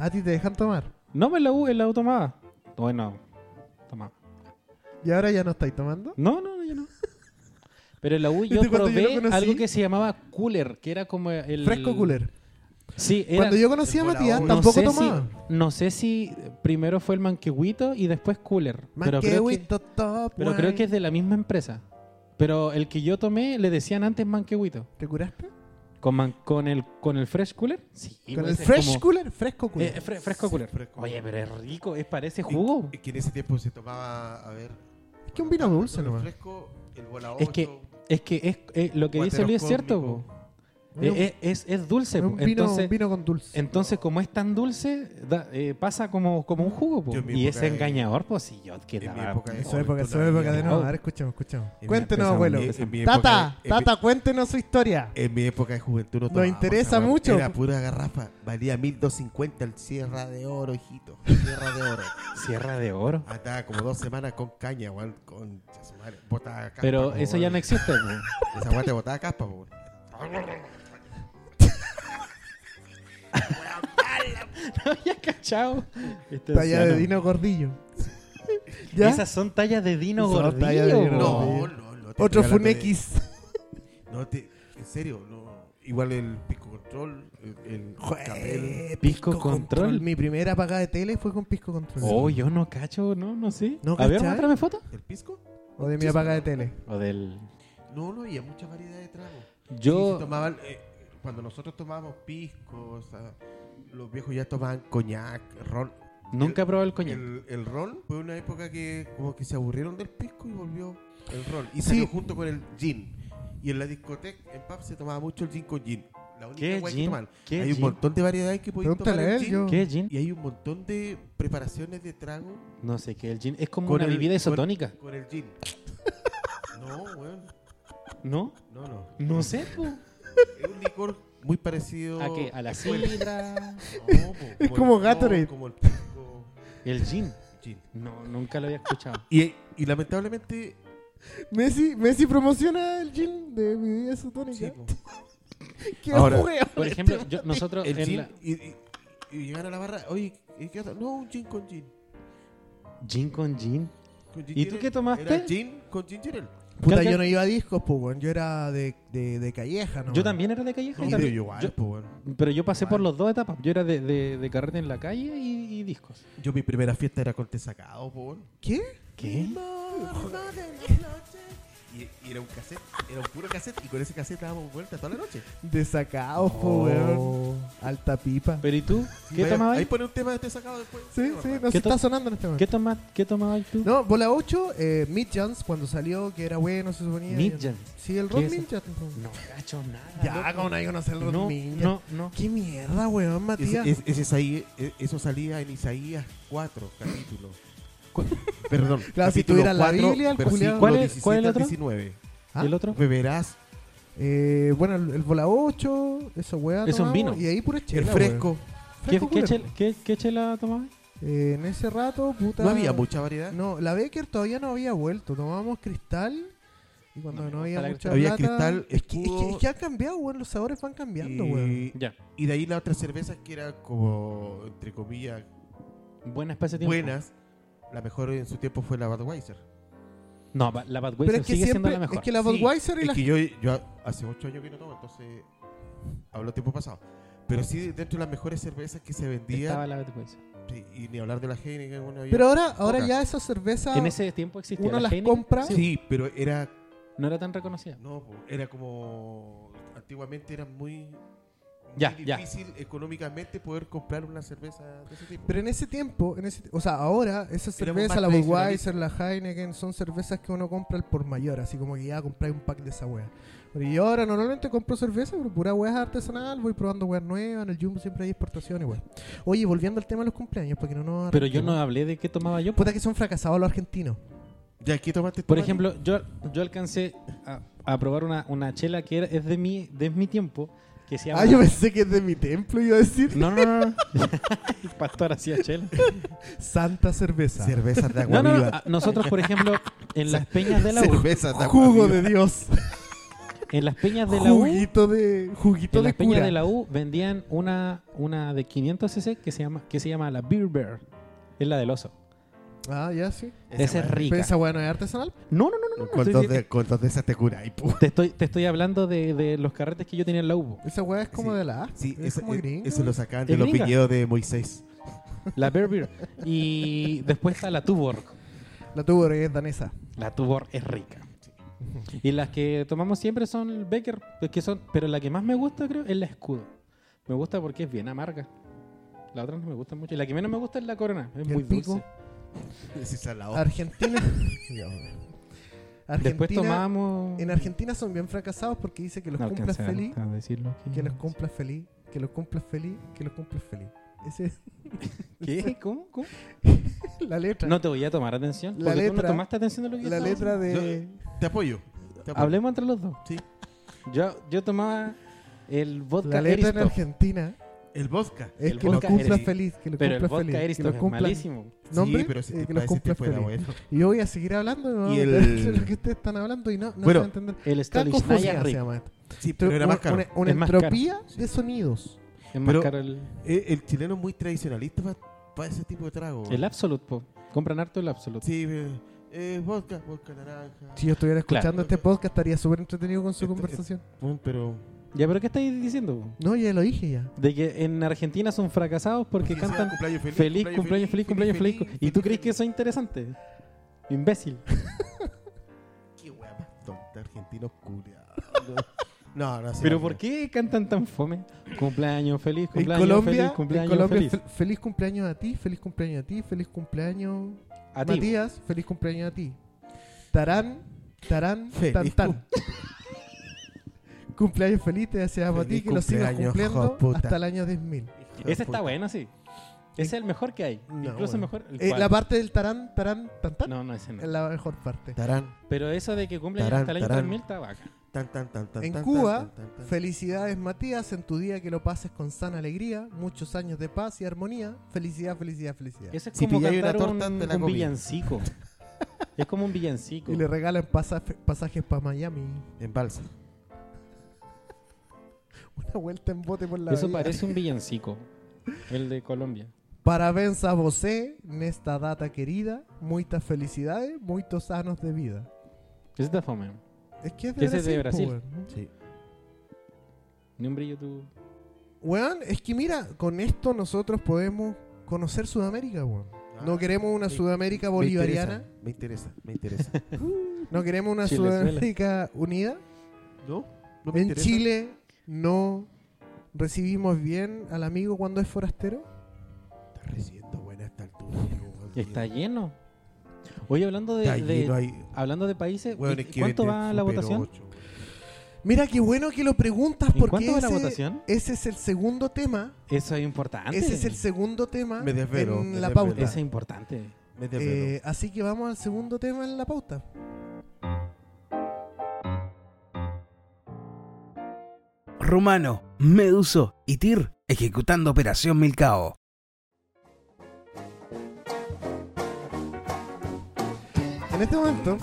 D: ¿A ti te dejan tomar?
C: No, en la U, en la U tomaba. Bueno, tomaba.
D: ¿Y ahora ya no estáis tomando?
C: No, no, yo no. Pero en la U yo
D: ¿Viste cuando yo
C: probé
D: lo conocí?
C: algo que se llamaba cooler, que era como el...
D: Fresco cooler.
C: Sí, era-
D: Cuando yo conocí a Matías,
E: No
D: tampoco
C: sé
D: tomaba.
C: Si, no sé si primero fue el Manquehuito y después Cooler. pero creo que,
D: Manquehuito top,
C: pero
D: guay.
C: creo que es de la misma empresa. Pero el que yo tomé le decían antes Manquehuito.
D: ¿Te curaste?
C: ¿Con, man- con, el, ¿Con el Fresh Cooler? Sí.
D: ¿Con
C: pues,
D: el
C: es
D: fresh
C: como-
D: cooler? Fresco cooler.
C: eh, fre- fresco Cooler.
E: Fresco.
C: Oye, pero es rico, es parece
E: Y-
C: jugo.
E: Y, que en ese tiempo se tomaba, a ver.
D: es que un vino dulce
E: el
D: nomás.
E: fresco, el bola
C: Es que-
E: ocho,
C: Es que es, eh, lo que dice
E: Cuatro
C: Luis es cierto,
E: cósmico.
C: po.
D: Era un-
C: Eh, Es, es- es dulce,
D: era
C: po.
D: un, vino,
C: entonces,
D: un vino con dulce.
C: entonces como es tan dulce, da- eh, pasa como, como un jugo, po.
E: Yo en mi
C: Y es
E: época de-
C: engañador, pues si yo
E: en mi
C: quedaba
E: época de-
D: En su
E: Oh,
D: época, en
E: tú
D: su
E: la
D: época de
E: mierda.
D: nuevo. A ver, escuchamos, escuchamos.
E: En mi
D: Cuéntenos,
E: época-
D: abuelo.
E: en- en mi época-
D: Tata,
E: en mi-
D: Tata, cuéntenos su historia.
E: En mi época de juventud no
D: Nos
E: tomaba,
D: interesa
E: cabrón.
D: mucho.
E: Era pura garrafa. Valía 1250 el Sierra de Oro, hijito. Sierra de Oro.
C: Sierra de Oro.
E: Andaba como dos semanas con caña, weón. Con su madre. Botaba caspa,
C: Pero
E: po,
C: eso ya
E: weón.
C: no existe, po.
E: Esa weá te botaba caspa, po, weón.
C: ya cachado. Este
D: Talla de
C: anciano.
D: Dino Gordillo. ¿Ya?
C: Esas son tallas de Dino
D: Son
C: Gordillo.
D: tallas de Dino
C: po.
D: Gordillo.
E: No, no, no. te
D: Otro
E: estoy hablando de-
D: Funex.
E: No, te, en serio, no. Igual el Pico Control, el, el Capel.
D: Eh,
C: Pisco Control.
D: Mi primera pagada de tele fue con Pisco Control.
C: Oh, yo no cacho, no, no sé.
D: ¿No
C: A ver,
D: cachai?
C: muéstrame foto.
E: ¿El Pisco?
D: O de mi apagada de tele.
C: O del.
E: No, no había mucha variedad de tragos. Sí,
C: Yo.
E: se tomaban, eh, cuando nosotros tomábamos pisco, o sea, los viejos ya tomaban coñac, ron.
C: Nunca he probado el coñac.
E: El, el ron fue una época que como que se aburrieron del pisco y volvió el ron. Y
D: Sí.
E: salió junto con el gin. Y en la discoteca, en pub, se tomaba mucho el gin con gin. La única
C: ¿Qué
E: guay que
C: gin?
E: tomaban.
C: ¿Qué
E: hay un
C: gin?
E: montón de variedades que podéis tomar
D: Pregúntale a
E: el
D: él,
E: gin.
D: yo-
C: ¿Qué es gin?
E: Y hay un montón de preparaciones de trago
C: No sé qué es el gin. Es como
E: Con
C: una
E: el-
C: bebida
E: con-
C: isotónica,
E: con el gin. no, weón.
C: ¿no?
E: No, no.
C: No sé, po.
E: Es un licor muy parecido
C: ¿A qué? ¿A la
E: espuela.
C: sidra?
E: No, po,
D: Es
E: el-
D: como
E: no,
D: Gatorade.
E: como el pisco,
C: ¿El gin?
E: gin.
C: No, nunca lo había escuchado.
E: Y, y lamentablemente,
D: Messi, Messi promociona el gin de mi vida
E: sí,
D: sotónica.
E: po.
D: Qué
E: Ahora-
D: hueón.
C: Por ejemplo, yo- nosotros
E: el
C: en
E: gin
C: la...
E: y, y- y llegar a la barra, oye, ¿y ¿qué onda? No, un gin con gin.
C: Gin con gin.
E: Con
C: ¿Y tú
E: ginger ale.
C: qué tomaste?
E: Era gin con ginger ale.
D: Puta,
C: Carga-
D: yo no iba a discos, pues, weón. Yo era de, de, de calleja, ¿no?
C: Yo también era de calleja.
E: No,
C: y
E: pero
C: también-
E: yo igual,
C: yo-
E: po, weón.
C: pero yo pasé por las dos etapas. Yo era de, de, de carrete en la calle y, y discos.
E: Yo mi primera fiesta era con té sacado, po, weón.
D: ¿Qué?
C: ¿Qué?
E: Y, y era un cassette, era un puro cassette, y con ese cassette dábamos vuelta toda la noche.
D: Desacados, po,
C: Oh.
D: weón. Alta pipa.
C: Pero ¿y tú? ¿Qué
E: Vaya,
C: tomabas?
E: Ahí pone un tema de té sacado después.
D: sí, sí, no
C: ¿Qué
D: se
C: to-
D: está sonando en este momento.
C: ¿Qué, toma, ¿Qué tomabas tú?
D: No, bola 8, eh, Mid Jans, cuando salió, que era bueno, se suponía.
C: Mid
D: Ya-
C: Jans.
D: Sí, el
C: ¿Qué
D: Ron
C: es eso?
D: Mid Jans. po.
C: No cacho nada.
D: Ya,
C: loco.
D: como nadie conoce el Ron
C: No,
D: Mid Jans.
C: no, no.
D: Qué mierda, weón, Matías.
E: Ese- es- ese es ahí- e- eso salía en Isaías 4, capítulo. Perdón.
D: Claro, si
E: capítulo
D: tuviera la
E: 4,
D: Biblia, el
E: versículo
D: culiao.
C: ¿Cuál es- cuál es el
E: 17 al
C: otro?
E: 19.
D: Ah,
C: ¿El otro?
E: Beberás
D: eh, bueno, el, el bola 8, esa weá.
C: Es un
D: tomamos,
C: vino.
D: Y ahí pura chela.
E: el
D: weón.
E: fresco.
C: ¿Qué,
D: Fresco
C: qué,
D: cooler.
C: chel- qué- qué chela tomabas?
D: Eh, en ese rato, puta.
E: No había mucha variedad.
D: No, la Becker todavía no había vuelto. Tomábamos cristal y cuando
C: No,
D: no, había
C: la
D: mucha
E: Había
D: plata-
E: cristal,
D: Es que, es que-
E: escudo.
D: es que han cambiado, weón. Los sabores van cambiando, weón.
E: y,
C: Ya.
E: y de ahí las otras cervezas que eran como, entre comillas,
C: Buenas para ese tiempo.
E: buenas. La mejor en su tiempo fue la Budweiser.
C: No, va- la Budweiser
D: Pero es que
C: sigue siendo
D: siempre.
C: la mejor.
D: Es que la
E: Sí,
D: Budweiser y
E: es
D: la.
E: que yo, yo hace 8 años que no tomo, entonces hablo tiempo pasado. Pero sí, dentro de las mejores cervezas que se
C: Estaba
E: vendían,
C: la Budweiser.
E: sí, y ni hablar de la Heineken. bueno, había-
D: Pero ahora, ahora
E: Pocas.
D: ya esa cerveza.
C: En ese tiempo existía.
D: uno
C: la
D: las
C: Heineken,
D: compra.
C: sí,
E: Sí, pero era.
C: No era tan reconocida.
E: No, po, era como. Antiguamente era muy. muy
C: Ya, ya.
E: difícil económicamente poder comprar una cerveza de ese tipo.
D: Pero en ese tiempo, en ese, o sea, ahora esas
E: Éramos
D: cervezas,
E: más
D: la Budweiser, la Heineken, son cervezas que uno compra al por mayor, así como que ya compráis un pack de esa wea. Pero yo ahora normalmente compro cerveza, pero pura wea artesanal, voy probando weas nuevas, en el Jumbo siempre hay exportaciones, wea. Oye, volviendo al tema de los cumpleaños, porque no nos...
C: Pero yo no
D: arranquemos.
C: hablé de qué tomaba yo.
D: Puta que son fracasados los argentinos.
E: ¿Ya qué tomaste tú,
C: Por
E: Mati?
C: ejemplo, yo, yo alcancé a, a probar una, una chela que era- es de mi, de mi tiempo. Que se llama...
D: Ah, yo pensé que es de mi templo iba a decir
C: No, no, no. no. El pastor hacía chela.
D: Santa Cerveza.
E: Cerveza de
C: No,
E: agua
C: no, no.
E: viva.
C: Ah, Nosotros, por ejemplo, en las peñas de la U. Ah,
E: Cerveza de agua
D: Jugo
E: viva.
D: de Dios.
C: En las peñas de la U.
D: Juguito de... Juguito
C: En
D: de
C: las peñas
D: cura.
C: de la U vendían una, una de 500 cc que se llama que se llama la Beer Bear. Es la del oso.
D: Ah, ya, sí.
C: Esa es
E: weá.
C: rica.
D: Pero esa weá no es artesanal.
C: No, no, no, no. no,
E: Con
C: estoy-
E: dos, de, con dos de esas te curas. y pu.
C: Te, estoy, te estoy hablando de, de los carretes que yo tenía en la U.
D: Esa weá es como
E: Sí.
D: de la A.
E: Sí,
D: es
E: esa-
D: como
E: e-
D: gringo.
E: eso lo sacaban
C: Es
E: de los
C: gringa.
E: viñedos de Moisés.
C: La Bear Beer. Y después está la Tuborg.
D: La tuvo es danesa.
C: La Tuborg es rica. Y las que tomamos siempre son el Becker. es que son, pero la que más me gusta, creo, es la Escudo. Me gusta porque es bien amarga. La otra no me gusta mucho. Y la que menos me gusta es la Corona. Es
D: ¿Y el
C: muy
D: pico?
C: dulce.
E: Esa es la otra.
D: Argentina. Ya, hombre.
C: Después
D: Argentina.
C: tomamos.
D: En Argentina son bien fracasados porque dice que los
C: No
D: cumplas
C: alcancé a-
D: feliz,
C: a decirlo aquí.
D: que los cumplas feliz, que los cumplas feliz, que los cumplas feliz. Esa es
C: ¿Qué? ¿Cómo? ¿Cómo?
D: la letra.
C: No te voy a tomar atención.
D: La
C: Porque tú no
D: letra-
C: tomaste atención de lo que yo
D: la
C: estaba
D: letra de.
E: Yo te apoyo. Te apoyo.
C: Hablemos entre los dos.
E: Sí.
C: Yo, yo tomaba el vodka
D: La letra en
C: Eristoff,
D: Argentina
E: El vodka.
D: es
C: El
D: que los
C: vodka
D: cumplas
C: Eristoff.
D: feliz, que los
C: pero el
D: cumplas
C: vodka
D: feliz, que
C: Eristoff
D: los
C: es
D: cumplas
C: malísimo.
D: nombre,
E: sí, pero ese
D: eh, que
E: tipo,
D: los
E: ese
D: cumplas
E: tipo era
D: feliz.
E: bueno.
D: Y yo voy a seguir hablando, no
E: Y
D: vamos a poder
E: el-
D: hacer lo que ustedes están hablando y no, no se
E: Bueno,
D: va a entender.
C: El Stanishnaya
D: Cacofonía
C: es
D: se
C: rico.
D: llama esto.
E: Sí, pero era
D: una,
E: más caro.
D: una- una
C: Es más
D: entropía de sonidos.
C: Es más
E: Pero-
C: caro el,
E: Eh, El chileno es muy tradicionalista para ese tipo de trago.
C: el Absolute. po. Compran harto el Absolute.
E: Sí, eh, eh, vodka, vodka naranja.
D: Si yo estuviera escuchando
E: Claro.
D: este podcast, estaría súper entretenido con su
E: Este-
D: conversación.
E: Mm, Pero
C: Ya, pero ¿qué estáis diciendo? po?
D: No, ya lo dije ya.
C: De que en Argentina son fracasados porque
E: Felicidad,
C: cantan
E: cumpleaños
C: feliz, cumpleaños, feliz, cumpleaños, feliz. ¿Y tú crees que eso es interesante? Imbécil.
E: Qué wea más tonta, argentinos culiados. No, no sé.
C: ¿Pero por qué cantan tan fome? Cumpleaños feliz,
D: En
C: cumpleaños feliz,
D: Colombia, en
C: cumpleaños
D: Colombia
C: feliz.
D: fe- feliz. cumpleaños a ti, feliz cumpleaños a ti, feliz cumpleaños
C: A ti,
D: Matías, feliz cumpleaños a ti. Tarán, tarán,
E: Feliz
D: tan, tan. cumpleaños feliz te deseamos a ti,
E: Feliz
D: que lo sigas
E: cumpleaños,
D: cumpliendo
E: hijo de puta.
D: hasta el año 10.000.
C: Ese está bueno, sí. Ese es el mejor que hay.
D: No,
C: Incluso
D: bueno.
C: mejor. el
D: Eh,
C: cual.
D: la parte del tarán, tarán, tan, tan,
C: No, no, ese no.
D: es la mejor parte.
E: Tarán,
C: Pero eso de que cumplen
E: Tarán,
C: hasta el año
E: tarán.
C: 2000 está vaca.
E: tan, tan, tan, tan.
D: En
E: tan,
D: Cuba,
E: tan, tan, tan, tan.
D: Felicidades Matías, en tu día que lo pases con sana alegría, muchos años de paz y armonía. Felicidad, felicidad, felicidad.
C: Eso es
E: Si
C: como
E: pilláis una
C: cantar
E: torta,
C: un,
E: te la
C: un
E: comí.
C: villancico. es como un villancico.
D: Y le regalan pasaje- pasajes para Miami.
E: En balsa.
D: Una vuelta en bote por la
C: Eso
D: bahía.
C: parece un villancico. El de Colombia.
D: Parabéns a vosé nesta data querida. Muitas felicidades, muitos anos de vida.
C: Ese está fome.
D: Es que es
C: Ese
D: de
C: es de
D: Brasil. pues, po,
C: Brasil.
D: weón.
E: Sí.
C: Ni un brillo tú.
D: Weón, es que mira, con esto nosotros podemos conocer Sudamérica, weón. No queremos una
E: Ah, sí.
D: Sudamérica bolivariana,
E: Me interesa, me interesa. me interesa.
D: no queremos una
C: Chilezuela.
D: Sudamérica unida.
E: ¿No? ¿No me
D: En
E: interesa?
D: Chile no recibimos bien al amigo cuando es forastero.
E: Está recibiendo buena esta altura. amigo, weón.
C: Está lleno. Oye, hablando de,
E: Está
C: de-
E: lleno ahí.
C: hablando de países,
E: Weón,
C: ¿y-
E: es que
C: ¿cuánto
E: venden
C: va la
E: Super
C: votación?
E: 8, weón.
D: Mira qué bueno que lo preguntas
C: ¿En
D: porque
C: cuánto va la
D: ese-
C: votación?
D: ese es el segundo tema
C: Eso es importante.
D: Ese es el segundo tema
E: Me desvelo,
D: en
E: me
D: la
E: desvelo.
D: pauta.
C: Ese es importante.
E: Me desvelo.
D: Eh, así que vamos al segundo tema en la pauta.
A: Rumano, Meduso y Tir ejecutando Operación Milcao.
D: En este momento.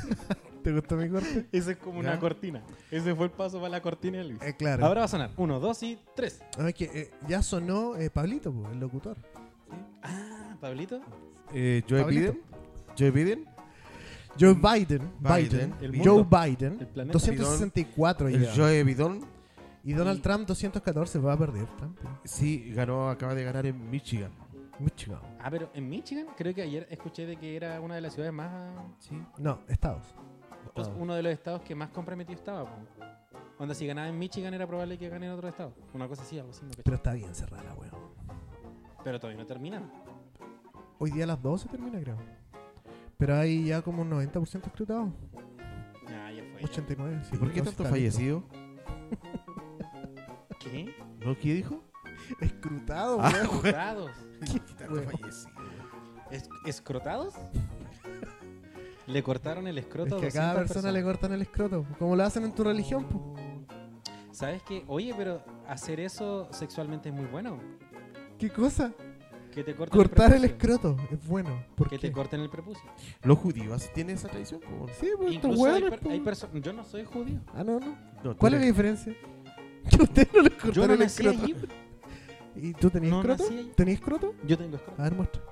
D: ¿Te gustó mi corte?
C: Ese es como
D: una ¿Ya?
C: cortina. Ese fue el paso para la cortina, Luis.
D: Eh, claro.
C: Ahora va a sonar. Uno, dos y tres.
D: Ah, es que, eh, ya sonó eh, Pablito, po, el locutor.
C: Ah, Pablito.
E: Eh, Joe
D: Pablito.
E: Biden. Joe Biden.
D: Joe Biden. Biden.
E: Biden,
C: el
D: Joe
C: mundo,
D: Biden.
C: el planeta.
D: 264
E: El
D: lleva.
E: Joe Bidón.
D: Y Donald Trump 214 va a perder. Trump.
E: Sí, ganó, acaba de ganar en Michigan.
D: Michigan.
C: Ah, pero en Michigan creo que ayer escuché de que era una de las ciudades más
E: Sí.
D: No, Estados.
C: O
E: Ah.
C: sea, Pues uno de los estados que más comprometido estaba. po. Onda, si ganaba en Michigan era probable que gane en otro estado. Una cosa así, algo así. no cacho.
D: Pero está bien cerrada la weón.
C: Pero todavía no termina.
D: Hoy día a las 12 termina, creo. Pero hay ya como un 90% escrutado.
C: Ah, ya fue.
D: 89. sí.
E: ¿Y por qué
D: Entonces
E: tanto
D: está listo.
E: fallecido?
C: ¿Qué?
E: ¿No? ¿Qué dijo?
D: Escrutado,
E: Ah,
D: weón.
E: weón.
C: ¿Escrotados?
E: ¿Qué tanto
D: Weón.
E: fallecido?
C: ¿Es- ¿Escrotados? Le cortaron el
D: Es
C: escroto
D: que a
C: a
D: cada
C: 200
D: persona le cortan el escroto, como lo hacen en tu religión. po.
C: personas. ¿Sabes qué? Oye, pero hacer eso sexualmente es muy bueno.
D: ¿Qué cosa?
C: Que te corten
D: Cortar el
C: prepucio.
D: escroto es bueno. ¿Por
C: Que
D: qué?
C: te corten el prepucio.
E: ¿Los judíos tienen esa tradición? po?
D: Sí, pues estos
C: Incluso hay,
D: hueones.
C: per-
D: po.
C: hay perso- Yo no soy judío.
D: Ah, no, no.
E: No, tú
D: ¿Cuál es la
E: eres-
D: diferencia? Que a usted no le cortaron
C: Yo no
D: el
C: nací
D: escroto.
C: allí.
D: ¿Y tú tenías
C: No
D: escroto?
C: nací allí.
D: ¿Tenías escroto?
C: Yo tengo escroto.
D: A ver, muestra.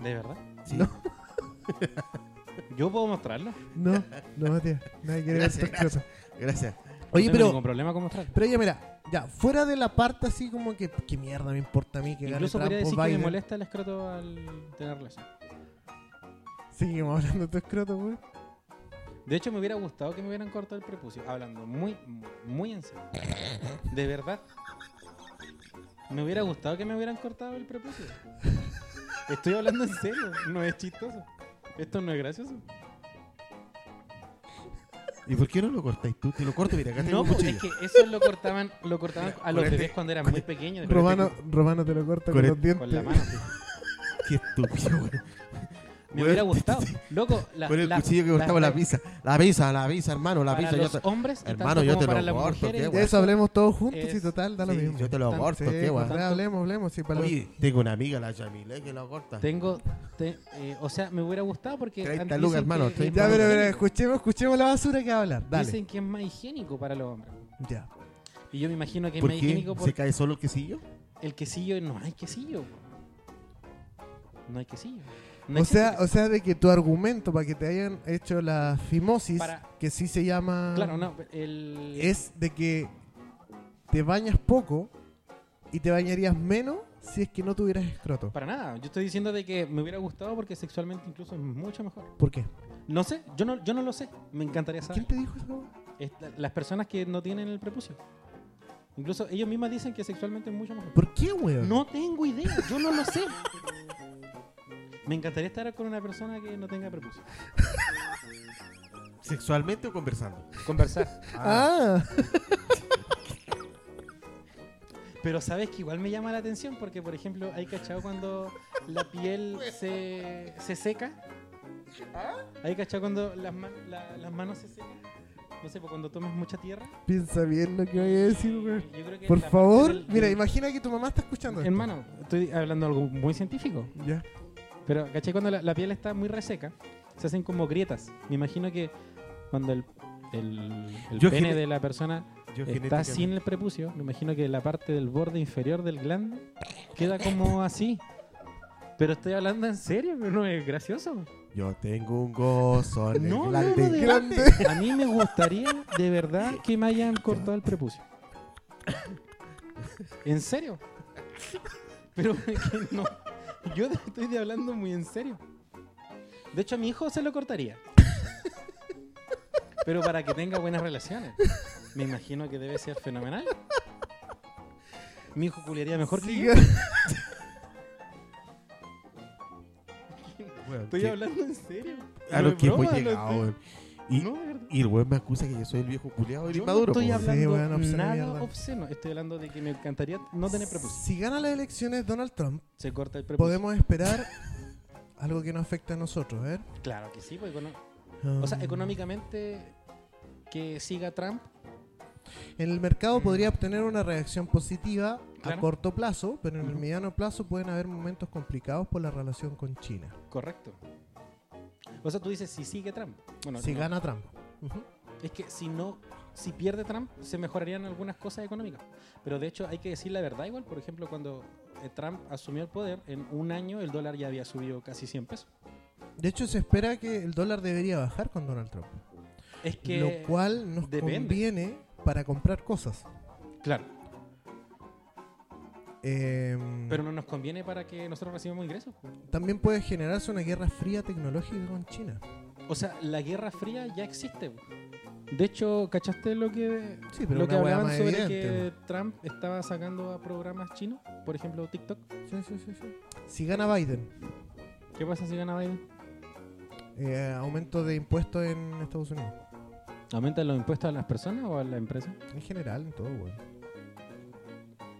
C: ¿De verdad?
E: Sí.
D: No.
C: Yo puedo mostrarla.
D: No, no, Matías. Nadie quiere
E: Gracias,
D: ver tus
E: gracias.
D: cosas.
E: Gracias.
D: Oye,
C: no tengo
D: pero,
C: ningún problema con mostrarla.
D: pero ya mira, ya, fuera de la parte así como que, ¿qué mierda me importa a mí que gane
C: Incluso
D: Trump
C: podría
D: o
C: decir que me
D: Biden?
C: molesta el escroto al tener relación.
D: Seguimos hablando de tu escroto, güey.
C: De hecho, me hubiera gustado que me hubieran cortado el prepucio. Hablando muy, muy en serio. De verdad. Me hubiera gustado que me hubieran cortado el prepucio. Estoy hablando en serio. No es chistoso. Esto no es gracioso.
E: ¿Y por qué no lo cortáis tú? Te lo corto, mira, acá tengo
C: No,
E: un
C: pues,
E: cuchillo.
C: es que eso lo cortaban, lo cortaban a los
E: Con este-
C: bebés cuando eran
E: con
C: muy pequeños. después
D: Romano, Romano te lo corta con,
E: Con
D: los dientes.
C: Con la mano. sí.
E: Qué estúpido, güey.
C: Me
E: Güey,
C: hubiera gustado. Loco, la,
E: Con el
C: la-
E: cuchillo que cortaba la
C: las-
E: pizza. La pizza, la pizza, hermano, la
C: para
E: pizza. Yo
C: los
E: te,
C: hombres y
E: hermano,
C: tanto
E: yo
C: como
E: te lo
C: para las
E: corto,
C: mujeres.
E: qué
D: De
C: igual.
D: eso hablemos todos juntos
C: Es-
D: y total, da lo
E: sí,
D: mismo.
E: yo te lo
C: Tan-
E: corto,
D: Sí,
E: qué guay.
D: total, hablemos, hablemos. Sí, para la-
E: Oye, tengo una amiga, la Yamile, que lo corta.
C: Tengo, te- eh, o sea, me hubiera gustado porque
E: 30
C: antes
E: lucas,
C: dicen
E: hermano,
C: que
E: 30
C: es
D: ya,
C: más
D: pero, pero,
C: higiénico.
D: escuchemos, escuchemos la basura que va a hablar. Dale.
C: Dicen que es más higiénico para los hombres.
D: Ya.
C: Y yo me imagino que es
E: ¿Por
C: más
E: qué?
C: higiénico
E: ¿Se
C: porque
E: cae solo el quesillo?
C: el quesillo no hay quesillo. No hay quesillo. No
D: O
C: existe
D: sea,
C: quesillo.
D: o sea, de que tu argumento para que te hayan hecho la fimosis,
C: Para-
D: que sí se llama.
C: claro, no, el
D: Es de que te bañas poco y te bañarías menos si es que no tuvieras escroto.
C: para nada. Yo estoy diciendo de que me hubiera gustado porque sexualmente incluso es mucho mejor.
D: ¿Por qué?
C: No sé, yo no, yo no lo sé. Me encantaría saber.
D: ¿Quién te dijo eso?
C: Es la- las personas que no tienen el prepucio. Incluso ellos mismas dicen que sexualmente es mucho mejor.
D: ¿Por qué, weón?
C: No tengo idea, yo no lo sé. Me encantaría estar con una persona que no tenga prepucio.
E: ¿Sexualmente o conversando?
C: Conversar.
D: Ah,
C: Pero sabes que igual me llama la atención porque, por ejemplo, hay cachado cuando la piel se, se seca. Hay cachado cuando las, ma- la- las manos se secan. No sé, pues cuando tomas mucha tierra.
D: piensa bien lo que voy a decir, weón.
C: Yo creo que
D: Por
C: la parte
D: favor,
C: del-
D: mira,
C: del-
D: imagina que tu mamá está escuchando. esto.
C: Hermano, estoy hablando de algo muy científico.
D: Ya.
C: Pero, ¿cachai? Cuando la, la piel está muy reseca, se hacen como grietas. Me imagino que cuando el, el, el
E: Yo
C: pene
E: gene-
C: de la persona
E: Yo
C: está
E: genéticamente-
C: sin el prepucio, me imagino que la parte del borde inferior del glande queda como así. Pero estoy hablando en serio, pero no es gracioso.
E: Yo tengo un gozo en
C: No, no,
E: el
C: no,
E: glande.
C: de-
D: Grande.
C: A mí me gustaría de verdad que me hayan cortado el prepucio. ¿En serio? Pero es que no. Yo te estoy de- hablando muy en serio. De hecho, a mi hijo se lo cortaría. Pero para que tenga buenas relaciones. Me imagino que debe ser fenomenal. Mi hijo culiaría mejor que yo.
D: Siga-
E: Weón,
C: Estoy
E: qué-
C: hablando en serio.
E: A
C: No
E: lo
C: es
E: que hemos
C: broma, no
E: llegado,
C: estoy-
E: weón. Y,
C: No, de verdad.
E: y el weón me acusa que yo soy el viejo culiado y
C: Yo no
E: maduro.
C: estoy
E: po.
C: hablando
D: Sí, weón, obsceno,
C: nada
D: mierda.
C: obsceno. Estoy hablando de que me encantaría no tener prepucio.
D: Si gana las elecciones Donald Trump,
C: Se corta el prepucio.
D: podemos esperar algo que nos afecta a nosotros, a ver.
C: Claro que sí, pues, econo- o sea,
D: Um,
C: económicamente que siga Trump.
D: En el mercado podría obtener una reacción positiva a
C: Mm. Claro.
D: corto plazo, pero en el
C: Ujú.
D: mediano plazo pueden haber momentos complicados por la relación con China.
C: Correcto. O sea, tú dices si sigue Trump. Bueno,
D: si
C: no.
D: gana Trump. Ujú.
C: es que si no, si pierde Trump, se mejorarían algunas cosas económicas. Pero de hecho hay que decir la verdad igual. Por ejemplo, cuando eh, Trump asumió el poder, en un año el dólar ya había subido casi 100 pesos.
D: De hecho, se espera que el dólar debería bajar con Donald Trump,
C: Es que...
D: lo cual nos
C: depende.
D: conviene para comprar cosas.
C: Claro.
D: Em,
C: Pero no nos conviene para que nosotros recibamos ingresos. pues.
D: También puede generarse una guerra fría tecnológica con China.
C: O sea, la Guerra Fría ya existe. bu. De hecho, ¿cachaste lo que,
D: Sí, pero
C: lo
D: una
C: que
D: weá
C: hablaban
D: más
C: sobre
D: evidente,
C: que Trump estaba sacando a programas chinos? Por ejemplo, TikTok.
D: Sí, sí, sí, sí. Si gana Biden,
C: ¿Qué pasa si gana Biden?
D: eh, aumento de impuestos en Estados Unidos.
C: ¿Aumentan los impuestos a las personas o a la empresa?
D: En general, en todo, weón.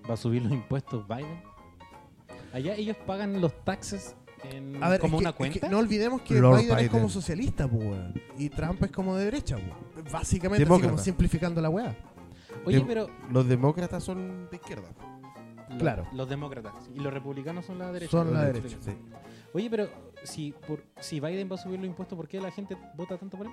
C: ¿Va a subir los impuestos Biden? Allá ellos pagan los taxes en,
D: A ver,
C: como
D: es que-
C: una
D: es que
C: cuenta.
D: no olvidemos que
E: Lord
D: Biden, es
E: Biden.
D: como socialista, pues, weón. Y Trump es como de derecha, pues. Básicamente, así
E: Demócrata.
D: como simplificando la weá.
C: Oye,
E: de-
C: pero
E: Los demócratas son de izquierda.
C: lo-
D: Claro.
C: los demócratas y los republicanos son la derecha.
D: Son la
C: Los
D: derecha,
E: Sí.
C: republicanos. Oye, pero si, por, si Biden va a subir los impuestos, ¿por qué la gente vota tanto por él?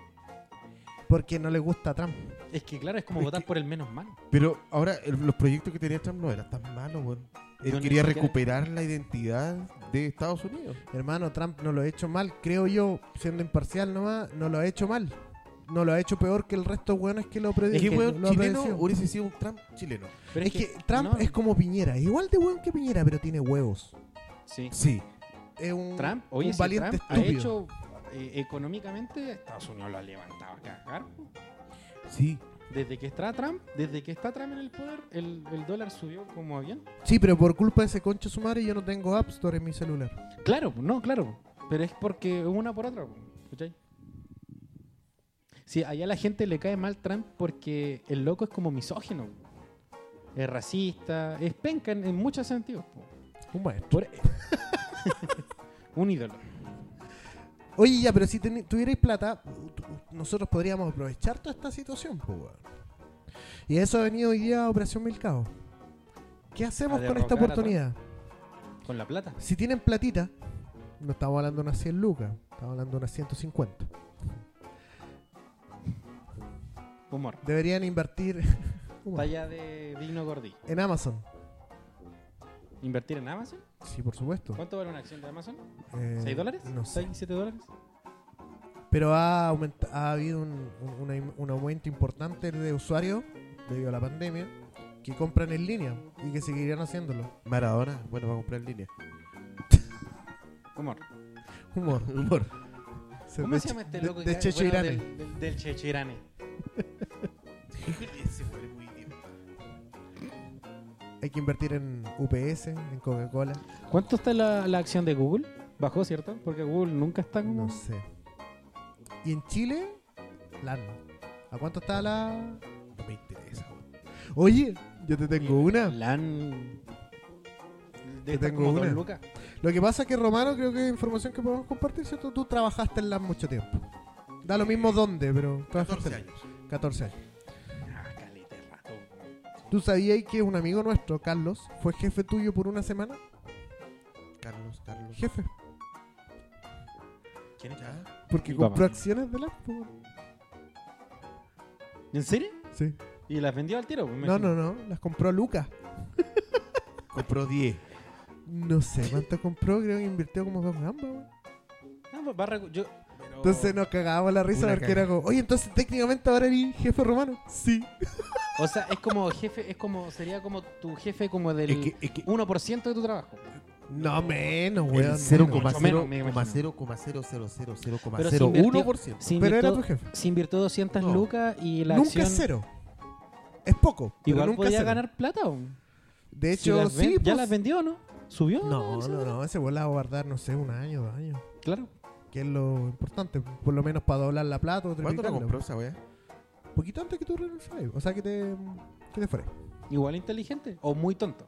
D: Porque no le gusta a Trump.
C: Es que claro, es como
E: Es
C: votar
E: que-
C: por el menos malo.
E: Pero ahora el- los proyectos que tenía Trump no eran tan malos, weón. Él
C: Yo ni
E: quería
C: siquiera-
E: recuperar la identidad de Estados Unidos.
D: Hermano, Trump no lo ha hecho mal, creo yo, siendo imparcial nomás, no lo ha hecho mal. No lo ha hecho peor que el resto de hueones que lo predi-
E: ¿Qué
D: que
E: weón
D: lo
E: chileno
D: apreció.
E: hubiese sido un Trump chileno?
C: Pero
D: Es que Trump
C: no,
D: es como Piñera, es igual de hueón que Piñera, pero tiene huevos.
C: Sí.
E: Sí.
D: Es un,
C: Trump, oye,
D: un
C: si
D: valiente
C: Trump ha
D: estúpido.
C: hecho eh, económicamente, Estados Unidos lo ha levantado a cagar. po.
E: Sí.
C: Desde que está Trump, desde que está Trump en el poder, el, el dólar subió como avión.
D: Sí, pero por culpa de ese concho su madre yo no tengo App Store en mi celular.
C: Claro, no, claro. Pero es porque una por otra. po, ¿Cachai? Sí, allá a la gente le cae mal Trump porque el loco es como misógino. Es racista, es penca en, en muchos sentidos. po.
D: Un maestro.
C: Por- e- Un ídolo.
D: Oye, ya, pero si teni- tuvierais plata, tu- nosotros podríamos aprovechar toda esta situación, po, weón. Y a eso ha venido hoy día Operación Milcao. ¿Qué hacemos
C: A
D: con esta
C: derrocar a
D: oportunidad?
C: Con la plata.
D: Si tienen platita, no estamos hablando de unas 100 lucas, estamos hablando de unas 150.
C: Humor.
D: Deberían invertir
C: Talla de Digno Gordillo.
D: en Amazon.
C: ¿Invertir en Amazon?
D: Sí, por supuesto.
C: ¿Cuánto vale una acción de Amazon?
D: Eh,
C: ¿6 dólares?
D: No sé.
C: ¿6, 7 dólares?
D: Pero ha, aumenta- ha habido un, un- una im- un aumento importante de usuarios debido a la pandemia que compran en línea y que seguirían haciéndolo.
E: Maradona, bueno, va a comprar en línea.
C: Humor.
D: Humor.
E: Humor.
C: ¿Cómo se llama este
D: de-
C: loco?
D: de
C: que- bueno,
D: Checho Irane.
C: del, del, del Checho Irane.
E: Ese fue muy idiota.
D: Hay que invertir en UPS, en Coca-Cola.
C: ¿Cuánto está la, la acción de Google? Bajó, ¿cierto? Porque Google nunca está como...
D: No sé. Y en Chile, LAN. ¿A cuánto está la.?
E: No me interesa, weón.
D: Oye, yo te tengo una.
C: La han... De
D: Yo
C: estar
D: tengo
C: como dos
D: una.
C: lucas.
D: Lo que pasa es que Romano creo que es información que podemos compartir, ¿cierto? Tú trabajaste en LAN mucho tiempo. Da lo mismo dónde, pero trabajaste
E: 14
D: en
E: años.
D: 14 años.
C: Ah, caleta de rato.
D: ¿Tú sabías que un amigo nuestro, Carlos, fue jefe tuyo por una semana?
E: Carlos, Carlos.
D: Jefe.
C: ¿Quién es?
E: ¿Ya?
D: Porque
C: Mi
D: compró
C: papá.
D: acciones de LAN. pues, po.
C: ¿En serio?
D: Sí.
C: ¿Y las vendió al tiro? Me
D: No,
C: imagino.
D: no, no. Las compró Lucas.
E: Compró 10.
D: No sé cuánto compró, creo que invirtió como dos gambas, weón.
C: Ah, pues, barra- yo... pero-
D: Entonces nos cagábamos la risa
E: Una
D: porque era como, oye, entonces técnicamente ahora eres jefe romano. Sí.
C: O sea, es como jefe, es como, sería como tu jefe como del
E: Es que, es que
C: 1% de tu trabajo.
D: No, menos,
E: el
D: weón. menos.
E: 0,000,
C: me imagino.
E: 0,0000001%.
C: Se
D: Pero era
C: invirtió-
D: tu jefe.
C: se invirtió 200
E: No.
C: lucas y la
D: Nunca
C: acción...
D: es cero. Es poco. pero
C: Igual
D: nunca es
C: podía
D: cero.
C: ganar plata. ¿o?
D: De
C: Si
D: hecho,
C: las ven-
D: sí,
C: ¿Ya
D: pues-
C: las vendió no? ¿Subió?
D: No,
C: el
D: no,
C: celular?
D: no. Ese weón la va a guardar, no sé, un año, dos años.
C: Claro.
D: Que es lo importante. Por lo menos para doblar la plata o
E: ¿Cuándo la
D: triplicarla.
E: compró esa weá?
D: Poquito antes que tú renuncias. O sea, que te, que te fuera.
C: Igual inteligente o muy tonto.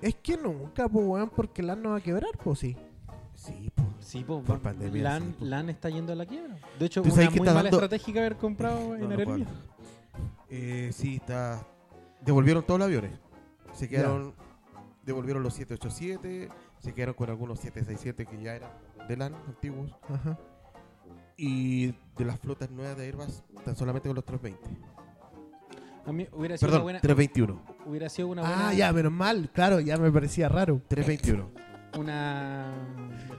D: Es que nunca, pues, weón, porque LAN no va a quebrar, pues sí.
E: Sí, po.
C: Sí, pues
E: Por pandemia,
C: LAN,
E: sí, po.
C: LAN está yendo a la quiebra. De hecho,
E: ¿Tú
C: una
E: sabes que
C: muy
E: está
C: mala
E: dando-
C: estratégica haber comprado
E: No,
C: en
E: no
C: Aerolínea.
E: puedo. Eh, sí, está. Devolvieron todos los aviones. Se quedaron. Devolvieron los 787. Se quedaron con algunos 767 que ya eran de LAN antiguos.
D: Ajá.
E: Y de las flotas nuevas de Airbus, tan solamente con los 320.
C: A mí hubiera sido
E: Perdón,
C: una buena.
E: 321.
C: Hubiera sido una buena.
D: Ah, ya, menos mal. Claro, ya me parecía raro.
E: 321.
C: Una.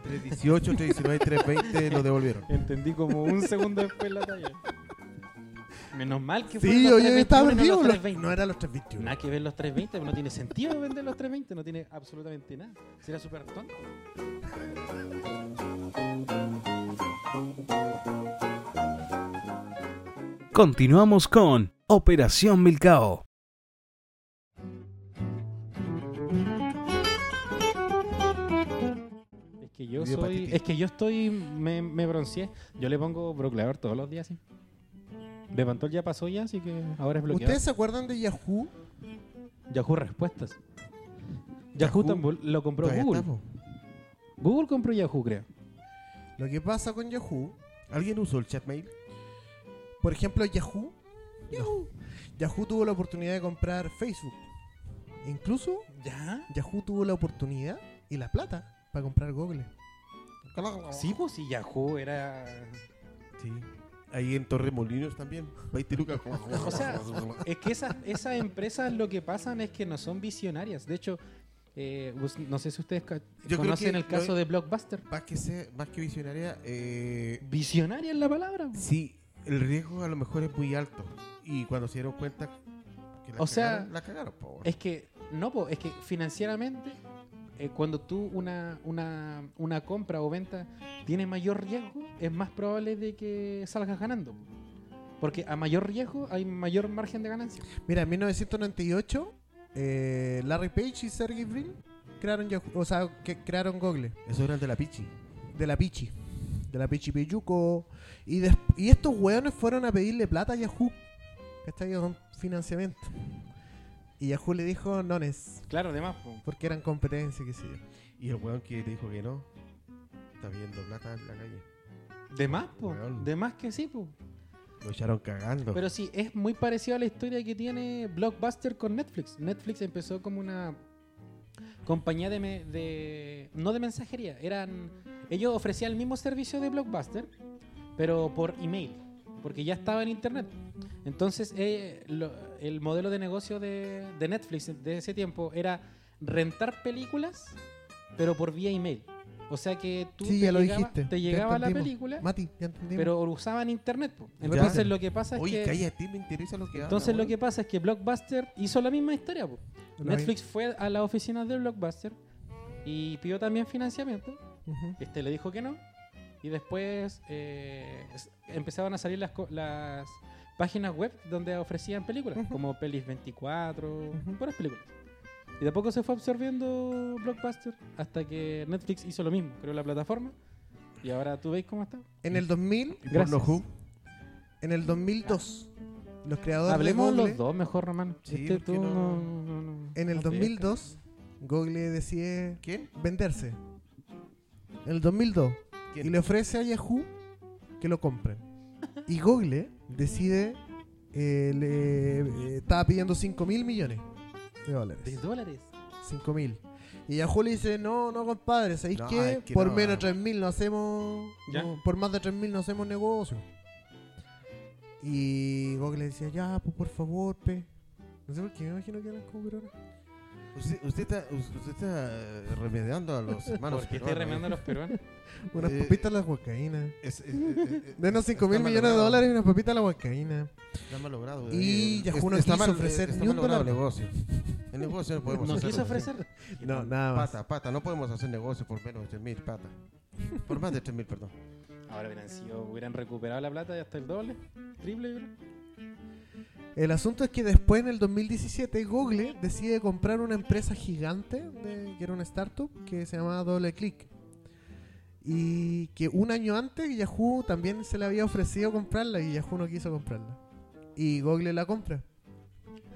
E: 318, 319 y 320 lo devolvieron.
C: Entendí como un segundo después la talla. Menos mal que fueron
D: Sí,
C: los
D: oye, yo estaba
C: 321 y no
D: perdido.
C: los
D: los-
C: 320.
D: No era los 321.
C: Nada que ver los 320, pero no tiene sentido vender los 320, no tiene absolutamente nada. Será súper tonto.
A: Continuamos con Operación Milcao.
C: Es que yo
E: Me dio
C: soy.
E: hepatitis.
C: Es que yo estoy. Me, me bronceé. Yo le pongo Procleador todos los días, sí. Levantó ya pasó ya, así que ahora es bloqueado.
D: ¿Ustedes se acuerdan de Yahoo?
C: Yahoo Respuestas. Yahoo,
E: Yahoo.
C: tambo- lo compró
E: Todavía
C: Google.
E: está, po.
C: Google compró Yahoo, creo.
D: Lo que pasa con Yahoo,
E: ¿Alguien usó el chat mail?
D: por ejemplo, Yahoo. Yahoo. Yahoo tuvo la oportunidad de comprar Facebook. E incluso
C: ¿Ya?
D: Yahoo tuvo la oportunidad y la plata para comprar Google.
C: Sí, pues si Yahoo era.
E: Sí. Ahí en Torremolinos también. 20 lucas.
C: O sea, Es que esas, esas empresas lo que pasan es que no son visionarias. De hecho, eh, pues, no sé si ustedes ca-
E: creo
C: conocen
E: que
C: el caso
E: lo-
C: de Blockbuster.
E: Más que, sea- más que visionaria, eh,
C: Visionaria es la palabra. po.
E: Sí, el riesgo a lo mejor es muy alto. Y cuando se dieron cuenta que la
C: O sea,
E: cagaron, la cagaron, po, weón.
C: Es que, no, po, es que financieramente, eh, cuando tú una, una, una compra o venta tiene mayor riesgo, es más probable de que salgas ganando. po. Porque a mayor riesgo hay mayor margen de ganancia.
D: Mira, en 1998, eh, Larry Page y Sergey Brin crearon, Yahoo- o sea, que crearon Google.
E: Eso era el de la Pichi.
D: de la Pichi, de la Pichi Peyuco. Y, des- y estos hueones fueron a pedirle plata a Yahoo, ¿cachai? Con financiamiento. Y Yahoo le dijo nones,
C: Claro, además, po.
D: porque eran competencia, qué sé yo.
E: Y el weón que le dijo que no, está viendo plata en la calle.
C: de más, po.
E: Weón.
C: de más que sí. po.
E: Lo echaron cagando.
C: Pero sí, es muy parecido a la historia que tiene Blockbuster con Netflix. Netflix empezó como una compañía de, me- de- no de mensajería, eran ellos ofrecían el mismo servicio de Blockbuster, pero por email, porque ya estaba en internet. Entonces, eh, lo- el modelo de negocio de, de Netflix de ese tiempo era rentar películas, pero por vía email. O sea que tú te,
D: Sí, ya lo
C: llegaba,
D: dijiste,
C: te
D: ya
C: llegaba la
D: entendimos.
C: película,
D: Mati, ya entendimos.
C: pero usaban internet. po.
E: Ya.
C: Entonces, lo que pasa es
E: Oye,
C: que...
E: cállate, me interesa lo que habla,
C: Entonces lo
E: weón.
C: que pasa es que Blockbuster hizo la misma historia. po.
D: Lo
C: Netflix fue a las oficinas de Blockbuster y pidió también financiamiento.
D: Ujú.
C: Este le dijo que no. Y después eh, s- empezaban a salir las, co- las páginas web donde ofrecían películas, como Pelis 24, buenas películas. Y de a poco se fue absorbiendo Blockbuster hasta que Netflix hizo lo mismo, creó la plataforma. Y ahora tú veis cómo está.
D: En el 2000,
E: ¿Y
C: Gracias.
E: Pornhub?
D: en el 2002, los creadores
C: Hablemos
D: de Google,
C: los dos mejor, Román.
E: Sí,
C: Este
E: ¿por qué
C: tú
E: no?
C: no- no- no-
D: en el
C: no te-
D: 2002, Google decide
E: ¿Quién?
D: venderse. En el 2002.
E: ¿Quién?
D: Y le ofrece a Yahoo que lo compren. Y Google decide. eh, le, eh, estaba pidiendo 5 mil millones de
C: de
D: dólares.
C: dólares.
D: 5 mil. Y Yahoo le dice: No, no, compadre, ¿sabéis
E: No,
D: qué?
E: es que
D: por
E: no.
D: menos 3 mil no hacemos.
C: ¿Ya?
D: no, por más de 3 mil no hacemos negocio. Y Google decía: Ya, pues por favor, pe. No sé por qué me imagino que eran como peruanos.
E: Usted, usted está, usted está eh, remediando a los hermanos.
C: Porque estoy
E: peruanos,
C: remando a los peruanos.
D: Unas
E: Eh,
D: papitas a la huacaína.
E: eh. Es- es- es- es-
D: Denos 5 mil
E: está mal
D: millones de
E: logrado.
D: dólares y unas papitas a la huacaína.
E: Está mal logrado.
D: Y
E: eh.
D: Yahoo no
E: Es- está
D: quiso
E: mal- eh,
D: ofrecer
E: está
D: ni
E: mal
D: un
E: logrado
D: dólar.
E: El negocio. El negocio no podemos
C: No
E: hacerlo.
C: quiso ofrecer.
D: No, nada más.
E: Pata, pata, no podemos hacer negocio por menos de 3 mil, pata. Por más de 3 mil, perdón.
C: Ahora hubieran sido, hubieran recuperado la plata y hasta el doble, triple. yo creo.
D: El asunto es que después, en el 2017, Google decide comprar una empresa gigante, de- que era una startup, que se llamaba Doble Click. Y que un año antes Yahoo también se le había ofrecido comprarla y Yahoo no quiso comprarla. Y Google la compra.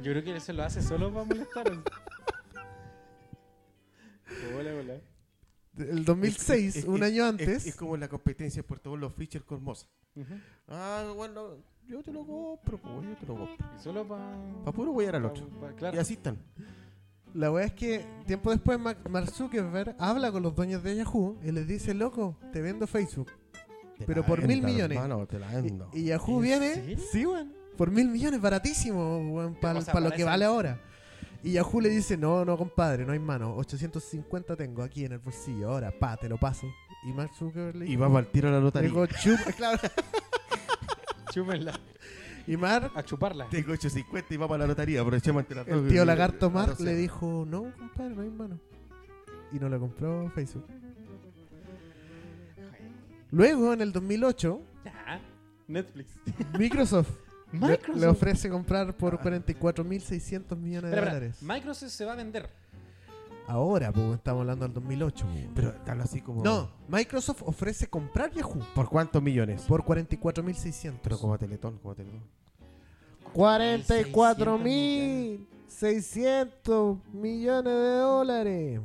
C: Yo creo que él se lo hace solo para molestar. hola, hola.
D: El 2006,
E: Es- es-
D: un
E: es-
D: año
E: es-
D: antes,
E: Es, como la competencia por todos los features con Moza. Ah, bueno, yo te lo compro, pues, yo te lo compro.
C: Y solo para.
E: Pa' puro huear al otro. Y
C: claro.
E: así están.
D: la verdad es que tiempo después Ma- Mark Zuckerberg habla con los dueños de Yahoo y les dice, loco, te vendo Facebook.
E: Te
D: Pero
E: la
D: por mil
E: vendo,
D: millones.
E: hermano, te la
D: Y-
E: vendo.
D: Y, Yahoo
C: ¿En
D: viene,
C: serio?
D: sí, weón, por mil millones, baratísimo, weón, para
C: O sea,
D: lo
C: para
D: que
C: esa-
D: vale ahora. Y Yahoo le dice, no, no, compadre, no hay mano, 850 tengo aquí en el bolsillo, ahora, pa, te lo paso. Y Mark Zuckerberg le
E: Y
D: dijo,
E: vamos al tiro a la
D: le
E: lotería.
D: dijo, chup- claro,
C: Chúmenla.
D: y Mark,
C: A chuparla.
E: Tengo 850 y vamos a la lotería. Aprovechemos ante la
D: el tío lagarto Mark le dijo, no, compadre, no hay mano. Y no lo compró Facebook. Luego, en el 2008,
C: Ya. Netflix.
D: Microsoft le-
C: Microsoft.
D: le ofrece comprar por 44.600
C: Espera,
D: millones de
C: espera.
D: dólares.
C: Microsoft se va a vender.
D: Ahora, pues estamos hablando del 2008. pues.
E: Pero tal así como.
D: No, Microsoft ofrece comprar Yahoo
E: ¿Por cuántos millones?
D: por
E: Pero
D: 44.600.
E: como Teletón, como Teletón.
D: 44.600 millones de dólares.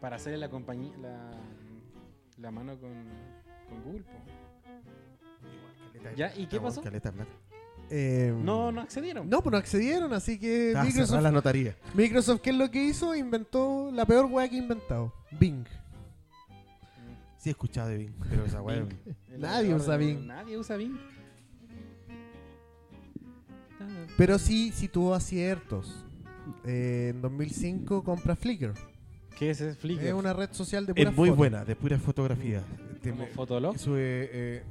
C: Para hacerle la compañía. La, la mano con, con Google. po. Ya, ¿y qué
E: Igual,
C: pasó?
E: caleta de plata.
D: Eh,
E: Mm.
C: No, no accedieron.
D: No, pues no accedieron, así que
E: Está cerrada
D: Eh, Microsoft,
E: la notaría.
D: Microsoft, ¿qué es lo que hizo? Inventó la peor weá que ha inventado, Bing.
E: Sí he escuchado de Bing, pero esa weá.
C: Bing. El
D: Nadie
C: navegador
D: usa
C: de-
D: Bing.
C: Nadie usa Bing. Ah,
D: Pero sí, sí tuvo aciertos. Eh, en 2005 compra Flickr.
C: ¿Qué es ese Flickr?
D: Es una red social de
E: Es
D: puras
E: muy
D: fotos.
E: buena, de puras fotografías. Te-
C: ¿Como Fotolog?
E: Eso eh, eh,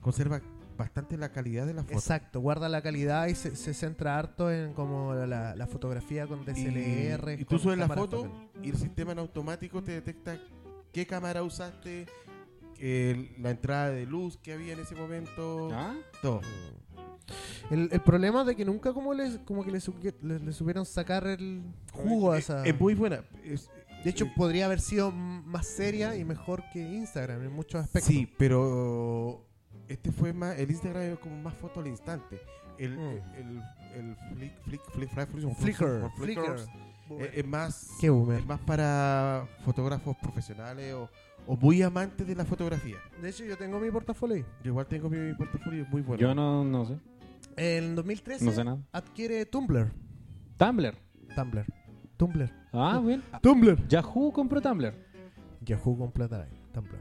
E: conserva bastante la calidad de la foto.
D: Exacto, guarda la calidad y se, se centra harto en como la, la fotografía con
E: Y-
D: DSLR.
E: Y, tú
D: con
E: subes la
D: cámaras
E: foto
D: fotográficas.
E: y el sistema en automático te detecta qué cámara usaste, el- la entrada de luz que había en ese momento,
C: ¿Ah?
E: todo.
D: El, el problema es de que nunca como, les, como que le, suque- le- le supieron sacar el jugo a
E: Eh,
D: esa...
E: Es muy buena. Es-
D: de hecho,
E: eh,
D: podría haber sido m- más seria y mejor que Instagram en muchos aspectos.
E: Sí, pero este fue más. El Instagram es como más foto al instante. El,
D: Mm.
E: el, el flick, flick, flick, flick, flick-
D: Flickr.
E: flick- flickers, eh, Es, más.
D: Qué boomer.
E: Es más para fotógrafos profesionales o, o muy amantes de la fotografía.
D: De hecho, yo tengo mi portafolio ahí.
E: Yo igual tengo mi portafolio es muy bueno.
C: Yo no, no sé.
D: En 2013
C: No sé nada.
D: adquiere Tumblr.
C: Tumblr.
D: Tumblr. Tumblr.
C: Ah, bien.
D: Tumblr.
C: Yahoo compró Tumblr.
D: Yahoo con plata ahí. Tumblr.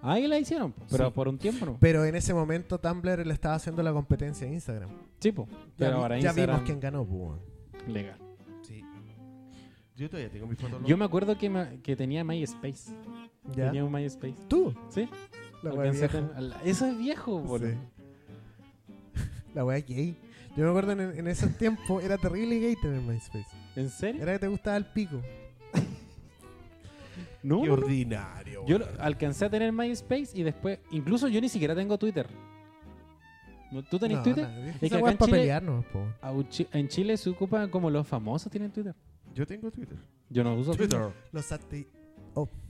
C: Ahí la hicieron, po, pero
D: Sí.
C: por un tiempo no.
D: Pero en ese momento Tumblr le estaba haciendo la competencia a Instagram.
C: Sí, po.
D: Ya,
C: Pero
D: vi-
C: ahora
D: ya
C: Instagram
D: vimos quién ganó, po, weón.
C: legal.
E: Sí. Yo todavía tengo mi fotólogo.
C: Yo me acuerdo que, ma- que tenía MySpace.
D: Ya.
C: Tenía un MySpace.
D: Tú.
C: ¿Sí?
D: La wea
C: Alcancé a
D: vieja.
C: ten- a la- Eso es viejo, boludo.
D: Sí. La wea gay. Yo me acuerdo en, en ese tiempo era terrible gay tener MySpace.
C: ¿En serio?
D: Era que te gustaba el pico.
C: No,
E: Qué
C: no, no.
E: ordinario.
C: Yo lo- alcancé a tener MySpace y después. Incluso yo ni siquiera tengo Twitter. ¿No- ¿Tú tenés
D: No,
C: Twitter?
D: no,
C: Es que
D: Esa
C: acá
D: wea es
C: en
D: para
C: Chile-
D: pelearnos, po.
C: Au- chi- En Chile se ocupa como los famosos tienen Twitter.
E: Yo tengo Twitter.
C: Yo no uso Twitter.
E: Twitter.
D: Los anti...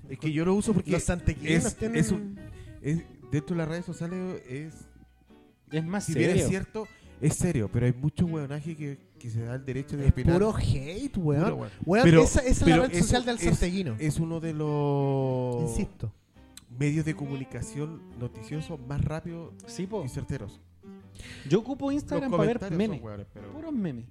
E: Es que yo lo uso porque
D: Oh. Los antequilinos
E: es-
D: tienen...
E: es un- es- dentro de las redes sociales es
C: Es más
E: Si bien
C: serio.
E: es cierto, es serio, pero hay mucho hueonaje que, que se da el derecho de
D: Es
E: opinar.
D: puro hate,
E: Puro
D: weón.
E: hueón.
D: Weón,
E: Pero-
D: esa, esa es
E: pero
D: la red
E: eso
D: social del
E: es-
D: santeguino.
E: Es uno de los
D: Insisto.
E: medios de comunicación noticiosos más rápidos
C: Sí, po.
E: y certeros.
C: Yo ocupo
E: Los
C: Instagram para
E: comentarios
C: ver
E: son
C: memes.
E: hueones, pero-
C: Puros memes.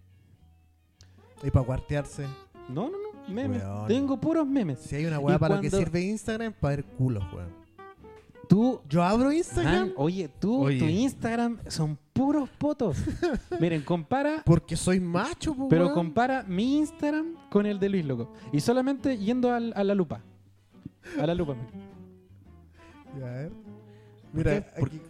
D: Y para cuartearse.
C: No, no, no. Memes.
D: Weón.
C: Tengo puros memes.
D: Si hay una weá
C: Y
D: para lo que
C: cuando-
D: sirve Instagram, para ver culos, weón.
C: Tú.
D: Yo abro Instagram
C: Man, oye, tú,
E: Oye.
C: tu Instagram son puros potos. Miren, compara
D: porque soy macho, po,
C: Pero
D: weón.
C: compara mi Instagram con el de Luis Loco. Y solamente yendo al- a la lupa. A la lupa. mira.
D: Ya, a ver.
E: ¿Por
D: Mira,
E: qué? ¿Por-
D: aquí-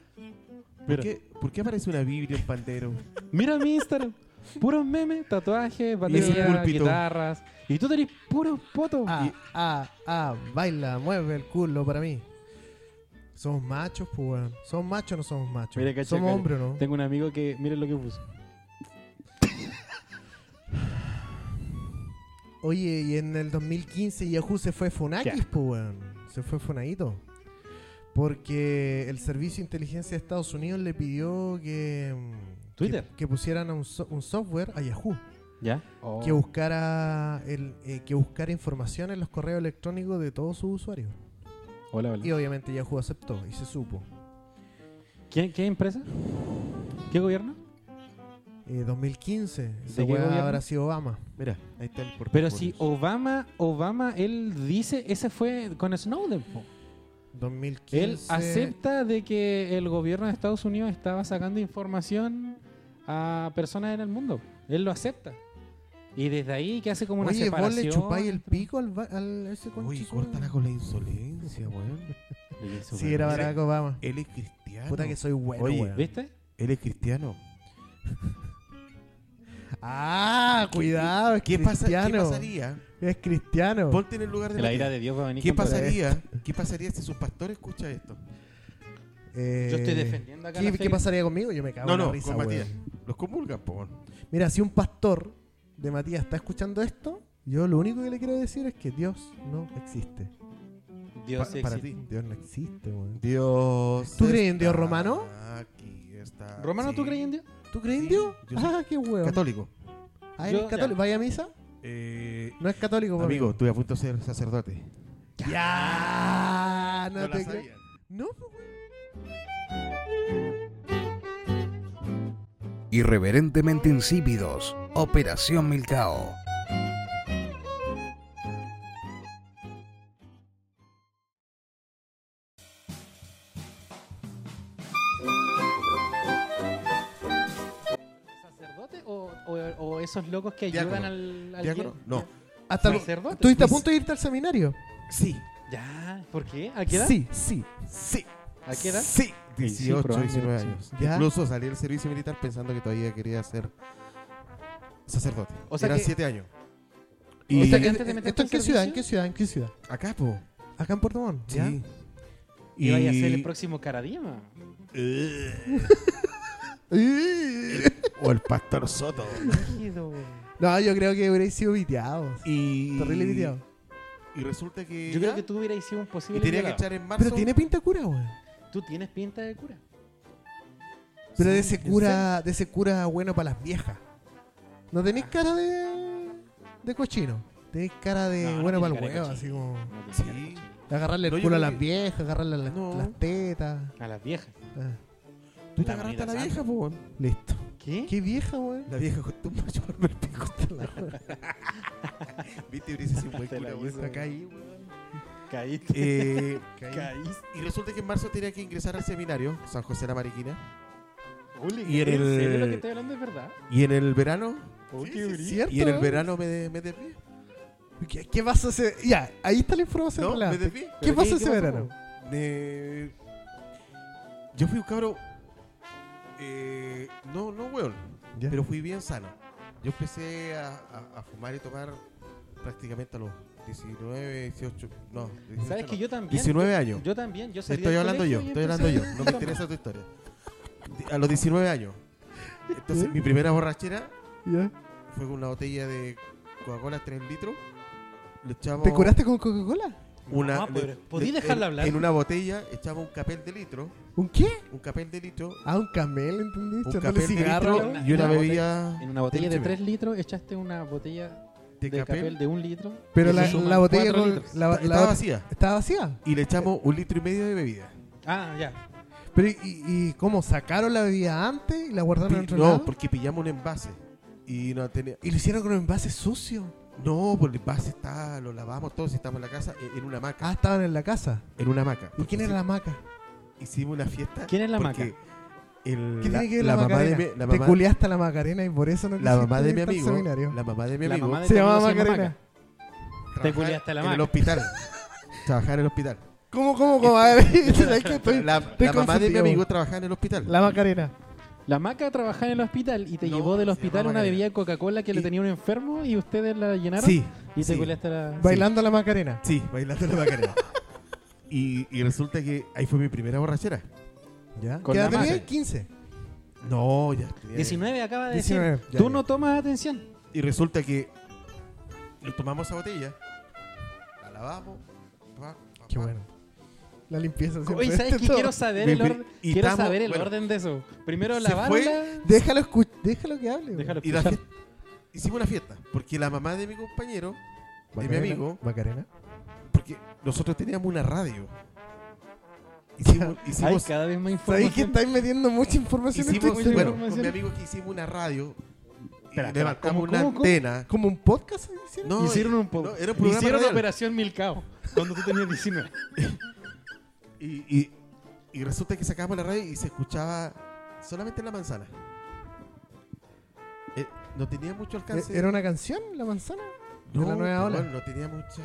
E: ¿Por qué, por qué aparece una Biblia en pandero?
C: Mira mi Instagram. Puros memes, tatuajes,
E: ese
C: baterías,
E: púlpito.
C: guitarras. Y tú tenés puros potos.
D: Ah, ah, ah, baila, mueve el culo para mí. Somos machos, pues, weón. Somos machos o no somos machos.
C: Mira, cacha,
D: somos
C: cacha.
D: hombres, ¿no?
C: Tengo un amigo que, miren lo que puso.
D: Oye, y en el 2015 Yahoo se fue Funakis,
C: Ya.
D: pues, weón. Se fue Funadito. Porque el Servicio de Inteligencia de Estados Unidos le pidió que. mm,
C: Twitter.
D: Que, que pusieran un, so- un software a Yahoo.
C: ¿Ya?
D: Que buscara el, eh, que buscara información en los correos electrónicos de todos sus usuarios.
C: Hola, hola.
D: Y obviamente Yahoo aceptó y se supo.
C: ¿Qué, qué empresa? ¿Qué gobierno?
D: Eh, 2015, esa
C: qué
D: weá
C: gobierno?
D: habrá sido Obama.
E: Mira, ahí está el portafolio.
C: Pero si
D: oh,
C: Obama, Obama, él dice, ese fue con Snowden. po.
D: 2015.
C: Él acepta de que el gobierno de Estados Unidos estaba sacando información a personas en el mundo. Él lo acepta. Y desde ahí que hace como una
D: Oye, vos
C: separación.
D: le chupáis el pico al, va- al ese
E: Uy,
D: conchizo,
E: córtala con la insolencia, weón.
C: Y
D: weón.
C: eso,
D: Sí,
C: weón.
D: era Barack Obama.
E: Él es cristiano.
D: Puta que soy bueno,
E: Oye,
D: weón.
C: ¿Viste?
E: Él es cristiano.
D: Ah, cuidado, es
E: ¿Qué, pasa, ¿Qué
D: cristiano.
E: pasaría?
D: Es cristiano.
E: Ponte en el lugar de
C: La
E: María.
C: ira de pues. Dios va a venir.
E: ¿Qué
C: contra él.
E: pasaría? ¿Qué pasaría si su pastor escucha esto?
D: Eh,
C: Yo estoy defendiendo acá.
D: ¿Qué,
C: la
D: qué
C: fe.
D: pasaría conmigo? Yo me cago
E: No,
D: en la
E: no,
D: risa,
E: con Matías.
D: weón.
E: Los comulgan, po. weón.
D: Mira, si un pastor de Matías está escuchando esto, yo lo único que le quiero decir es que Dios no existe.
C: Dios
E: Pa-
C: sí
E: para
C: existe.
E: ti.
D: Dios no existe, weón.
E: Dios.
D: ¿Tú crees en
E: está
D: Dios romano?
E: Aquí está.
C: Romano, ¿tú
E: Sí.
C: crees en Dios?
D: ¿Tú crees en
E: Sí,
D: Dios?
E: yo soy
D: Ah, qué weón.
E: Católico.
D: Ah, ¿eres
C: Yo-
D: católico?
C: ya.
D: ¿Vaya a misa?
E: Eh,
D: No es católico, por
E: amigo, estuve a punto de ser sacerdote.
D: Ya, no,
E: No la
D: te creo.
E: sabía.
D: No,
A: Irreverentemente insípidos. Operación Milcao.
C: ¿Sacerdote o, o- o esos locos que ayudan
E: Diácono.
C: al, al
E: ¿Diácono?
C: guía?
E: No.
D: Hasta lo-
C: Sacerdote.
D: Estuviste a
C: Mis-
D: punto de irte al seminario.
E: Sí,
C: Ya, ¿por qué? ¿A qué edad?
D: Sí, sí, sí.
C: ¿A qué edad?
D: Sí.
E: 18,
C: probablemente.
E: 19 años.
D: ¿Ya?
E: Incluso salí del servicio militar pensando que todavía quería ser sacerdote.
C: O sea
E: Eran
C: que-
E: 7 años.
D: O
E: Y
D: sea,
C: antes de meterte
D: ¿Esto en
C: al
D: qué ciudad? ¿En
C: servicio?
D: qué ciudad? ¿En qué ciudad?
E: acá, po.
D: Acá en Puerto Montt. ¿ya?
E: Sí.
C: Y vaya a ser el próximo Caradima.
E: o el pastor Soto.
C: Rígido, güey.
D: No, yo creo que hubiera sido viteado.
E: Y,
D: Terrible viteado.
E: y resulta que.
C: Yo creo
E: ya,
C: que tú hubieras sido un
E: y
C: posible.
E: tenía que
C: violado.
E: echar en marzo.
D: Pero tiene pinta de cura, weón.
C: Tú tienes pinta de cura.
D: Pero
E: Sí,
D: de ese
E: ¿en
D: cura, de ese cura bueno para las viejas. No tenéis cara de. de cochino. Tenéis cara de
C: No, no tiene
D: bueno para
C: cara
D: el
C: de
D: huevo,
C: cochino.
D: así como.
C: No tiene
E: Sí.
C: cara de cochino.
D: de agarrarle el
E: No, yo
D: culo a
E: creo
D: las
E: que-
D: viejas, agarrarle las,
E: No.
D: las tetas.
C: A las viejas.
D: Ah,
E: Tú te
C: La
E: agarraste a la
C: Manila
E: vieja, po. weón.
D: listo.
C: ¿Qué?
D: Qué vieja, weón.
E: La vieja costumbre a chuparme el pico. Viste, Ulises, un buen
C: Te la
E: cura, weón.
C: hizo,
E: Acá
C: weón.
E: ahí, weón.
C: Caíste.
E: Eh,
C: Caíste.
E: y resulta que en marzo tenía que ingresar al seminario San José de la Mariquina.
C: Uli,
E: en
C: ¿en
E: el-
C: serio lo que estoy hablando es verdad? Oh,
E: Y en el verano.
C: Uy,
D: Sí, sí,
C: Uri.
D: ¿Cierto?
E: Y en el verano me, de- me desvié.
D: ¿Qué, qué pasó ese.? Ya, ahí está la información.
E: No, me
D: relevante.
E: desvié.
D: ¿Qué
C: ¿Pero
D: pasó ese verano?
C: po?
E: De- Yo fui un cabro. eh, no, no, weón.
D: Ya.
E: Pero fui bien sano. Yo empecé a, a- a fumar y tomar prácticamente a los 19, 18. No, 18
C: ¿Sabes
E: no.
C: que yo también?
E: 19 años.
C: Yo también, yo salí
E: estoy
C: del
E: hablando yo,
C: colegio y
E: estoy
C: empecé
E: hablando yo.
C: a-
E: No me interesa tu historia. A los 19 años. Entonces, mi primera borrachera
D: Ya.
E: fue con una botella de Coca-Cola 3 litros. Le echamos
D: ¿Te curaste con Coca-Cola?
E: una.
C: No, pero
E: le-
C: Ah, ¿podí
E: le-
C: dejarla
E: en-
C: hablar?
E: En una botella echaba un capel de litro.
D: ¿Un qué?
E: Un capel de litro.
D: Ah, un camel, ¿entendí?
E: Un
D: Echándole
E: capel de
D: cigarro.
E: litro y una
C: Una botella.
E: bebida
C: En una botella de
E: Escúchame.
C: 3 litros echaste una botella
E: de
C: de
E: capel.
C: papel de 1 litro.
D: Pero
C: Eso
D: la,
C: suman
D: la botella
C: cuatro
D: con.
C: litros.
D: La, la-
E: Estaba vacía.
D: ¿Estaba vacía?
E: Y le echamos un litro y medio de bebida.
C: Ah, ya.
D: Pero, ¿y, y cómo? ¿Sacaron la bebida antes y la guardaron en
E: Pi-
D: otro
E: No,
D: lado?
E: porque pillamos un envase. Y no tenía.
D: Y lo hicieron con un envase sucio.
E: No, pues el envase está, lo lavamos todos y estamos en la casa, en en una hamaca.
D: Ah, estaban en la casa.
E: En una hamaca.
D: ¿Y quién era la maca?
E: Hicimos una fiesta.
C: ¿Quién es la
E: porque el-
D: ¿Qué
E: la,
D: tiene que ver
E: la
D: la,
E: mamá de
D: macarena?
E: mi, la
D: Te
E: mamá-
D: culiaste a la macarena y por eso no
E: la mamá de
D: quisiste
E: mi
D: irte al
E: amigo.
D: seminario.
E: La mamá de mi
C: La
E: amigo.
C: mamá de
D: Se
C: tu amigo
D: llamaba
C: se llama
D: Macarena.
C: Maca.
E: trabajaba
C: culiaste a la
E: En el
C: maca.
E: hospital. Trabajaba en el hospital.
D: ¿Cómo, cómo, cómo? A ver, es que estoy-
E: la
D: estoy
E: la mamá de mi
D: confundido.
E: amigo trabajaba en el hospital.
D: La macarena.
C: La maca trabajaba en el hospital y te
E: No,
C: llevó del
E: se
C: hospital
E: llama
C: una
E: Macarena.
C: bebida de Coca-Cola que le
E: Y-
C: tenía un enfermo y ustedes la llenaron.
E: Sí.
C: Y te
E: sí.
C: culiaste a la.
D: Bailando la macarena.
E: Sí, bailando la macarena. y, y resulta que ahí fue mi primera borrachera.
D: ¿Ya?
C: Con
D: ¿Qué edad
C: la
D: tenías?
E: maca.
D: 15.
E: No, ya.
C: Sí.
E: tenía-
C: 19 acaba de
D: 19,
C: decir.
D: ya,
C: Tú
D: ya.
C: no tomas atención.
E: Y resulta que nos tomamos esa botella, la lavamos. pa, pa,
D: Qué
E: pa.
D: bueno. La limpieza siempre.
C: Oye, ¿sabes qué?
D: Todo.
C: Quiero saber
E: Me-
C: el, orden-
E: y
C: quiero
E: estamos-
C: saber el
E: bueno.
C: orden de eso. Primero
E: Se
C: lavar
E: fue-
C: la-
D: Déjalo, escu- déjalo que hable.
C: Déjalo
E: Y la
C: escuchar.
E: fie- hicimos una fiesta, porque la mamá de mi compañero,
D: güey.
E: de
D: Macarena,
E: mi amigo,
D: Macarena.
E: porque nosotros teníamos una radio. Hicimos,
C: Ay,
E: hicimos,
C: cada vez más
D: Sabéis que
C: información.
D: estáis metiendo mucha información en
E: hicimos-
D: este
E: bueno,
D: programa.
E: con mi amigo que hicimos una radio, y
C: Espera, espera,
E: levantamos
C: ¿cómo,
E: una
C: cómo, cómo?
E: antena.
D: ¿Como un podcast hicieron? Eh,
E: No,
C: Hicieron un po-
E: no, era un programa
C: Hicieron
E: radial.
C: Operación Milcao cuando tú tenías 19.
E: Y, y- y resulta que sacábamos la radio y se escuchaba solamente la manzana. Eh, no tenía mucho alcance.
D: ¿E- ¿Era una canción, La Manzana? de la nueva
E: pero
D: ola?
E: bueno, no tenía mucha.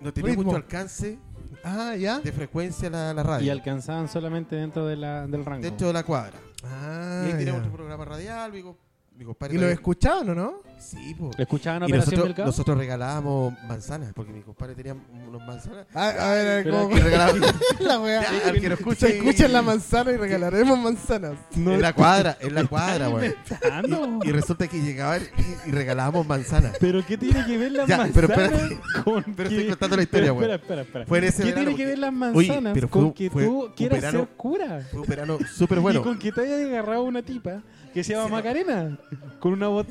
E: No tenía
D: Ritmo.
E: mucho alcance
D: Ah, ya.
E: de frecuencia la, la radio.
C: Y alcanzaban solamente dentro de la, del rango.
E: Dentro de la cuadra.
D: Ah,
E: y ahí
D: ya.
E: teníamos otro programa radial. Mi, com- mi compadre.
D: ¿Y lo
E: también-
D: escuchaban o no?
E: Sí, po.
C: ¿Le escuchaban
E: Y
C: Operación
E: nosotros,
C: Milcao?
E: nosotros regalábamos manzanas, porque mi compadre tenía unos manzanas.
D: A, a ver, a ver,
C: Pero
D: ¿cómo?
E: que regalábamos.
D: la weá.
E: Ya, al que lo escuche
D: Se
E: y-
D: escucha en la manzana y regalaremos manzanas.
E: en la cuadra, en la cuadra, güey.
C: inventando.
E: Y, y resulta que llegaban y, y regalábamos manzanas.
C: ¿Pero qué tiene que ver las
E: Ya,
C: manzanas
E: pero espérate.
C: con
E: Pero
C: que-
E: estoy contando la historia,
C: Pero
E: güey.
C: Espera, espera, espera.
E: Fue en ese
C: ¿Qué
E: verano,
C: tiene que
E: porque-
C: ver las
E: Oye,
C: manzanas
E: pero fue
C: con
E: un-
C: que
E: fue
C: tú
E: un
C: quieras
E: verano-
C: ser cura?
E: Fue un verano súper bueno.
C: Y con que te hayas agarrado una tipa que se llama Macarena con una bot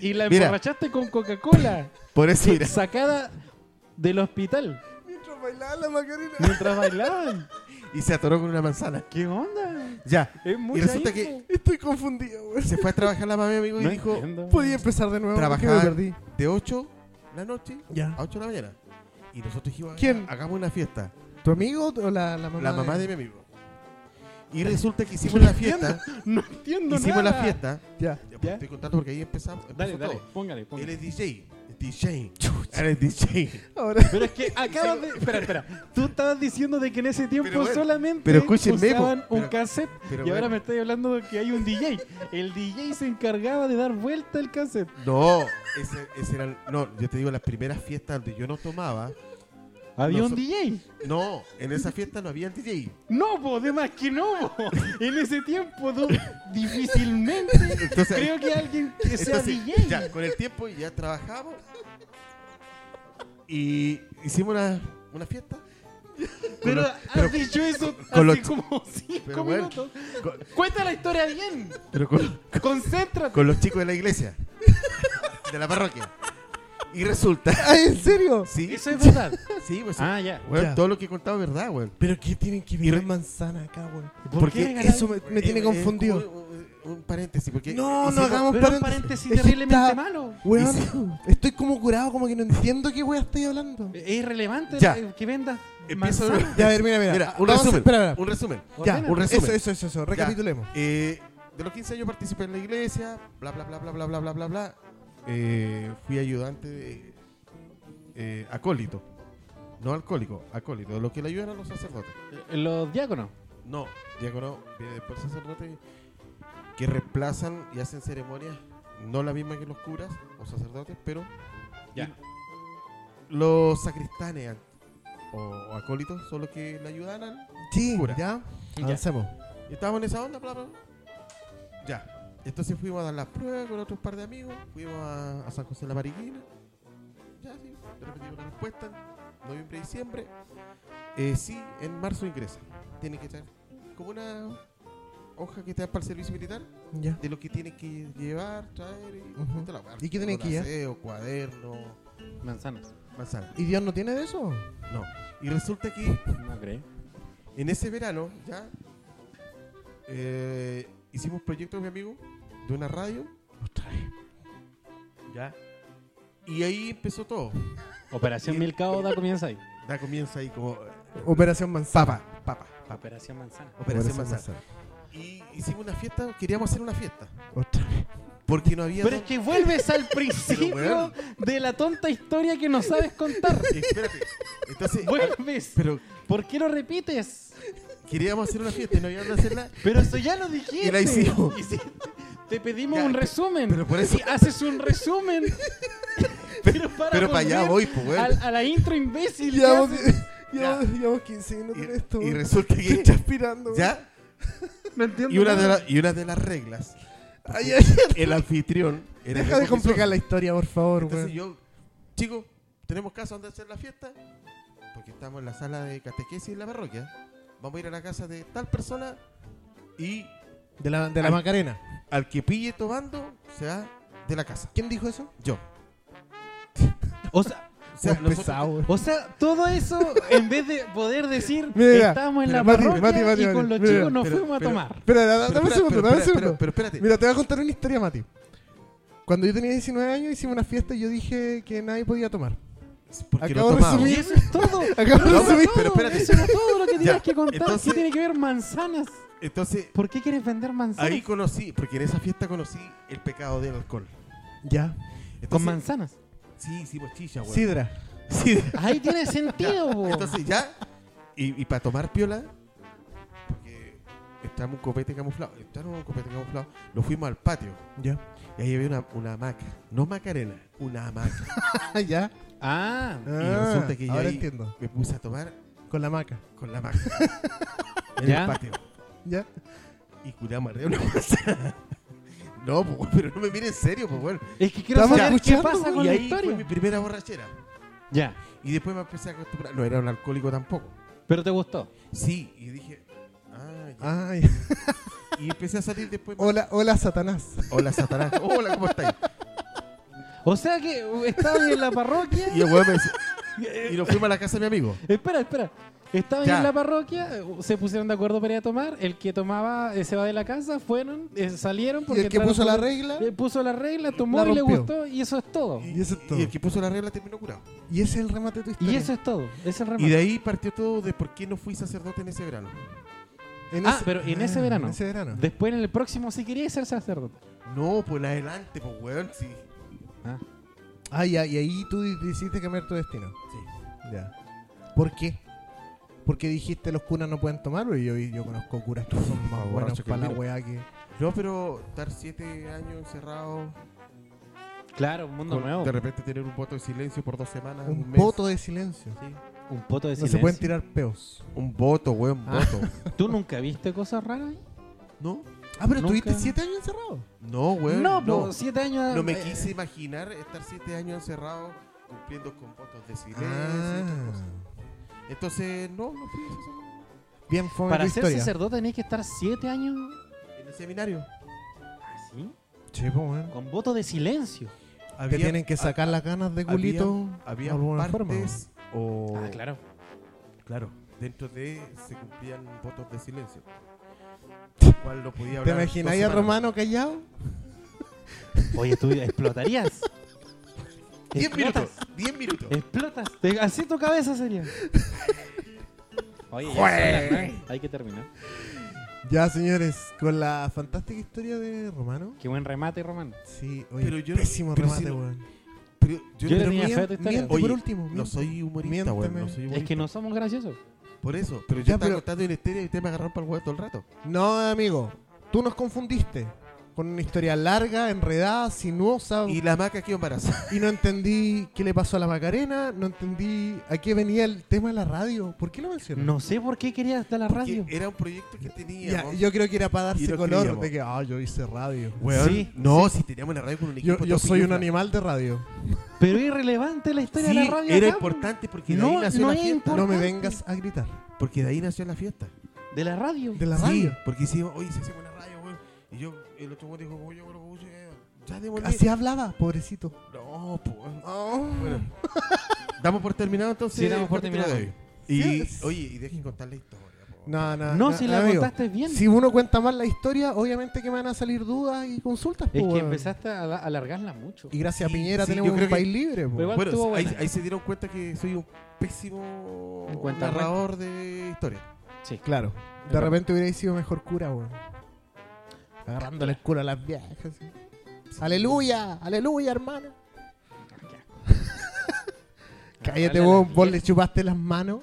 C: y la
E: Mira.
C: emborrachaste con Coca-Cola
E: Por eso, mira,
C: sacada del hospital
D: Mientras bailaba la Macarena.
C: mientras bailaban.
E: y se atoró con una manzana.
C: ¿Qué onda?
E: Ya.
C: Es
E: Y
C: mucha
E: resulta
C: info.
E: que
D: Estoy confundido, weón.
E: se fue a trabajar la mamá de mi amigo y
C: No
E: dijo,
C: entiendo.
D: Podía empezar de nuevo. porque me
E: Trabajaban-
D: perdí.
E: de 8 la noche
D: Ya.
E: a 8 de la mañana. Y nosotros dijimos,
D: ¿Quién?
E: hagamos una fiesta.
D: ¿Tu amigo o la, la mamá?
E: La mamá de mi amigo. Y resulta que hicimos la fiesta.
C: eh. No entiendo
E: hicimos
C: nada.
E: la fiesta.
D: Ya.
E: Ya, pues,
C: Ya.
E: Estoy contando porque ahí empezamos. empezó
C: Dale, dale,
E: todo.
C: póngale, póngale.
E: Él es DJ. DJ. Él es DJ.
D: Ahora,
C: Pero es que acabas de. Espera, espera. Tú estabas diciendo de que en ese tiempo
E: Pero bueno,
C: solamente
E: pero escúchenme, po.
C: usaban un
E: Pero-
C: cassette.
E: pero
C: y ahora
E: bueno.
C: me estoy hablando de que hay un DJ. El DJ se encargaba de dar vuelta el cassette.
E: No, ese, ese era. el- No, yo te digo, las primeras fiestas donde yo no tomaba.
C: Había
E: No,
C: un
E: so-
C: DJ.
E: No, en esa fiesta no había el DJ.
C: No, po, de más que no, po. En ese tiempo, du- difícilmente
E: Entonces,
C: creo que alguien que sea
E: Entonces,
C: DJ.
E: Ya, con el tiempo ya trabajamos. Y hicimos una, una fiesta.
C: Pero
E: Con
C: has
E: pero-
C: dicho eso
E: con
C: hace
E: los-
C: como cinco
E: pero bueno,
C: minutos.
E: con-
C: Cuenta la historia bien.
E: Pero con,
C: Concéntrate.
E: con los chicos de la iglesia. De la parroquia. Y resulta.
D: ay, ¿en serio?
E: Sí,
C: Eso es verdad.
E: sí, pues. sí.
C: Ah, ya.
E: Weón,
D: ya.
E: todo lo que he contado es verdad, weón.
D: Pero ¿qué tienen que ver manzana acá, güey?
C: ¿Por
E: Porque
C: qué
D: Eso me, me
E: Eh,
D: tiene
E: eh,
D: confundido.
E: como Un, un- un paréntesis, porque.
D: No, no
E: hicimos-
D: hagamos
C: Pero un
D: paréntesis.
C: paréntesis
D: Es que
C: terriblemente
D: está-
C: malo.
D: Weón,
E: Y
D: estoy como curado, como que no entiendo qué weá estoy hablando.
C: Es irrelevante
E: Ya.
C: eh, que vendas
E: Empiezo-
C: manzana.
D: Ya, a ver, mira, mira.
E: Mira, un
D: Vamos a-
E: resumen.
D: espera, espera.
E: Un resumen.
D: Ya,
C: Ordena.
E: un resumen.
D: Eso, eso, eso, eso. Recapitulemos.
E: Eh, de los 15 años participé en la iglesia, bla, bla, bla, bla, bla, bla, bla, bla, bla. Eh, fui ayudante de, eh, acólito. No alcohólico, acólito. Lo que le ayudan a los sacerdotes.
C: Los diáconos.
E: No, diácono viene después el sacerdote que reemplazan y hacen ceremonias, no la misma que los curas o sacerdotes, pero
C: Ya.
E: los sacristanes o, o acólitos son los que le ayudan al
D: Sí,
E: Cura.
D: ya.
C: Ya.
D: Avancemos.
E: y Estábamos en esa onda, bla, bla, bla. Ya. Entonces fuimos a dar las pruebas con otros par de amigos. Fuimos a, a San José de la Mariquina. Ya, sí. De repente llegó la respuesta. Noviembre, diciembre. Eh, sí, en marzo ingresa. Tiene que estar como una hoja que te dan para el servicio militar.
D: Ya.
E: De lo que tienes que llevar, traer y
D: Ujú.
E: toda la weá.
D: ¿Y qué tenés que llevar?
E: Aseo, cuaderno,
C: Manzanas.
E: manzana.
D: ¿Y Dios no tiene de eso?
E: No. Y resulta que
C: No creo.
E: en ese verano, ya, eh, hicimos un proyecto con mi amigo de una radio. Ya. Y ahí empezó todo.
C: Operación Milcao da comienza ahí.
E: Da comienza ahí como eh,
D: Operación Manzana.
E: papa, papa, papa.
C: Operación Manzana.
E: Operación Manzana. Y hicimos una fiesta, queríamos hacer una fiesta.
D: Otra vez.
E: Porque no había.
C: Pero es que vuelves al principio
E: weón.
C: de la tonta historia que no sabes contar.
E: dónde- Espérate. Entonces,
C: Vuelves.
E: pero
C: ¿Por qué lo repites?
E: queríamos hacer una fiesta y no había dónde hacerla.
C: Pero eso ya lo dijiste.
E: Y la hicimos.
C: Hiciste- Te pedimos
E: Ya,
C: un
E: pe-
C: resumen.
E: pero por eso-
C: Y haces un resumen. pero para,
E: Pero para allá voy,
C: volver
E: pues, weón.
C: al- A, la intro imbécil. que
D: Llevamos,
C: haces.
D: llevamos, llevamos 15 minutos en esto.
E: Y, y
D: güey.
E: resulta que.
D: Estoy transpirando. güey.
E: ¿Ya?
C: No entiendo.
E: Y una,
C: nada.
E: de la- y una de las reglas,
D: Ay, ay, ay.
E: el anfitrión. Era
D: Deja de
E: yo,
D: complicar la historia, por favor,
E: Entonces
D: güey.
E: yo, chicos, tenemos casa donde hacer la fiesta, porque estamos en la sala de catequesis en la parroquia. Vamos a ir a la casa de tal persona y
D: De la, de la
E: Ay.
D: Macarena.
E: al que pille tomando se va de la casa.
D: ¿Quién dijo eso?
E: Yo.
C: O sea,
E: O sea,
D: Buen
E: nosotros-
D: pesado, güey.
C: O sea, todo eso en vez de poder decir
D: Mira,
C: estamos en la
D: mira, Mati,
C: parroquia
D: Mati, Mati,
C: y
D: Mati,
C: con los
D: mira,
C: chicos nos
E: pero-
C: fuimos a
E: pero-
C: tomar.
D: Espera, da- da-
E: Pero
D: dame un
E: espera,
D: segundo,
E: pero
D: dame un
E: espera,
D: segundo.
E: pero- pero espérate.
D: Mira, te voy a contar una historia, Mati. Cuando yo tenía 19 años hicimos una fiesta y yo dije que nadie podía tomar.
E: Porque no
D: acabo de
E: tomaba.
C: Y
D: resumir.
C: eso es todo.
D: Acabo de
C: Eso
E: No,
C: era
D: resumir.
C: todo,
E: pero espérate.
C: Eso era todo lo que tenías
E: Ya,
C: que contar. ¿Qué
E: entonces-
C: tiene que ver manzanas?
E: Entonces,
C: ¿Por qué quieres vender manzanas?
E: ahí conocí, porque en esa fiesta conocí el pecado del alcohol.
D: Ya.
E: Entonces-
C: Con manzanas.
E: Sí, hicimos chicha, güey.
D: Sidra.
E: Sí.
C: Ahí tiene sentido, po.
E: Entonces ya, y, para tomar piola, porque estábamos en un copete camuflado, estábamos en un copete camuflado, lo fuimos al patio.
D: Ya.
E: Y ahí había una, una hamaca, no macarena, una hamaca.
D: ya.
C: Ah,
E: y resulta que yo
D: ahora
E: ahí
D: entiendo.
E: me puse a tomar
D: Con la maca.
E: con la hamaca en
C: ¿Ya?
E: el patio.
D: Ya.
E: Y curamos arriba una manzana. No, pues, bueno, pero no me mire en serio, pues bueno.
C: es que quiero
D: Estamos
C: saber qué
D: escuchando,
C: pasa
D: güey,
C: con
E: Y
C: la
E: ahí fue
C: historia.
E: mi primera borrachera.
C: Ya,
E: Y después me empecé a acostumbrar. No era un alcohólico tampoco.
C: pero te gustó.
E: Sí, y dije, ah, ya.
D: Ay.
E: Y empecé a salir después. más-
D: Hola, hola, Satanás.
E: Hola, Satanás. Hola, ¿cómo estáis?
C: O sea que estaban en la parroquia.
E: Y el weón me dice- Y nos fuimos a la casa de mi amigo.
C: Espera, espera. Estaban
E: Ya.
C: en la parroquia, eh, se pusieron de acuerdo para ir a tomar. El que tomaba eh, se va de la casa, fueron, eh, salieron. Porque
D: Y el que
C: entraron
D: puso
C: por-
D: la regla.
C: eh, puso la regla, tomó
D: La
C: y le
D: rompió.
C: gustó, y eso es todo.
D: Y eso es todo.
E: Y el que puso la regla terminó curado.
D: Y ese es el remate de tu historia.
C: Y eso es todo, es el remate.
E: Y de ahí partió todo de por qué no fui sacerdote en ese verano.
D: En
C: Ah,
D: ese-
C: pero en ese
D: Ah,
C: verano.
D: En ese verano.
C: Después en el próximo sí quería ser sacerdote.
E: No, pues adelante, pues weón, sí.
C: Ah,
D: Ah, ya, y ahí tú decidiste cambiar tu destino.
E: Sí.
D: Ya. ¿Por qué? Porque dijiste los curas no pueden tomarlo y yo, yo conozco curas que son más
E: Más
D: buenos
E: borrachos que
D: para la
E: mira.
D: weá que...
E: No, pero estar siete años encerrado,
C: claro, un mundo
E: con-
C: nuevo.
E: de repente tener un voto de silencio por dos semanas, un,
D: Un
E: mes.
D: voto de silencio.
E: Sí.
C: Un poto de
D: No
C: silencio.
D: se pueden tirar peos.
E: Un voto, weón,
D: Ah.
E: voto.
C: ¿Tú nunca viste cosas raras?
E: ¿No?
D: Ah, pero
C: Nunca.
D: estuviste siete años encerrado.
E: No, weón.
C: no,
E: No,
C: pero
E: no.
C: siete años.
E: me
C: eh,
E: quise imaginar estar siete años encerrado cumpliendo con votos de silencio y otras
D: Ah.
E: cosas. Entonces, no, no fui a esa semana.
D: Bien fome
C: Para
D: tu
C: ser
D: historia.
C: sacerdote tenés que estar siete años
E: En el seminario.
C: así,
D: Sí, po, weón.
C: con voto de silencio.
D: Te
E: Había-
D: tienen que sacar las ganas de
E: había-
D: culito
E: Había
D: de alguna forma,
E: partes o...
C: Ah, claro.
E: Claro, dentro de se cumplían votos de silencio. Cual no podía hablar.
D: ¿Te imagináis
E: dos
D: a
E: semanas.
D: Romano callado?
C: Oye, tú explotarías.
E: 10 minutos.
C: Explotas.
E: 10 minutos.
C: Explotas. Te- Así tu cabeza sería. Oye, ya son las nueve. hay que terminar.
D: Ya, señores, con la fantástica historia de Romano.
C: Qué buen remate, Román.
D: Sí, oye,
E: Pero yo-
D: pésimo
E: pero
D: remate,
E: si no-
D: weón.
E: Pero
C: Yo
E: yo no-
C: le tenía
D: mien-
C: fe a tu historia.
D: miente
E: Oye,
D: por último.
E: no
D: miente.
E: soy humorista, weón. No
D: miénteme.
E: soy humorista.
C: Es que no somos graciosos.
E: Por eso, pero yo
D: Ya,
E: estaba
D: pero-
E: contando una historia y ustedes me agarraron para el huevo todo el rato.
D: No, amigo, tú nos confundiste con una historia larga, enredada, sinuosa
E: Y
D: y,
E: la maca quedó embarazada.
D: no entendí qué le pasó a la Macarena, no entendí a qué venía el tema de la radio. ¿por qué lo mencionas?
C: No sé por qué querías estar a la
E: Porque eh,
C: radio.
E: Era un proyecto que
D: Ya,
E: teníamos.
D: yo creo que era para
E: Y
D: darse
E: lo
D: color
E: queríamos.
D: de que, ah, yo hice radio.
E: Weón,
C: Sí,
E: no, si teníamos la radio con un equipo.
D: Yo, yo
E: todo
D: soy un
E: pillufla.
D: animal de radio.
C: Pero es irrelevante la historia
E: Sí,
C: de la radio.
E: era
C: acá,
E: importante porque de
C: No,
E: ahí nació
C: no
E: la
C: es
E: fiesta.
C: importante.
D: No me vengas a gritar.
E: Porque de ahí nació la fiesta.
C: De la radio.
D: De la
E: sí,
D: radio.
E: porque hicimos, oye, se hacemos una radio, weón. Y yo, el otro weón dijo, oye, yo creo que eh, ya devolví.
D: Así hablaba, pobrecito.
E: No, pues. Bueno, damos por terminado entonces.
C: Sí, damos
E: el
C: por
E: capítulo
C: terminado.
E: de hoy. Y,
D: Sí.
E: oye, y dejen contar la historia, po.
D: No, no,
C: No, si la
D: amigo.
C: contaste bien.
D: Si uno cuenta mal la historia, obviamente que me van a salir dudas y consultas.
C: Es
D: po,
C: que
D: weón.
C: empezaste a a alargarla mucho.
D: Y gracias
E: Sí,
D: a Piñera
E: sí,
D: tenemos
E: yo creo
D: un
E: que-
D: país libre. pues. po.
C: Pero igual- estuvo
E: Bueno, ahí,
C: buena.
E: ahí se dieron cuenta que soy un pésimo
C: Un cuentacuentos.
E: narrador de historia.
C: Sí.
D: Claro. De
C: Claro.
D: repente hubiera sido mejor cura, weón. Agarrándole el culo a las viejas. así. Aleluya, aleluya, hermano. Cállate,
C: Habla la
D: vos, vos
C: vieja.
D: le chupaste las manos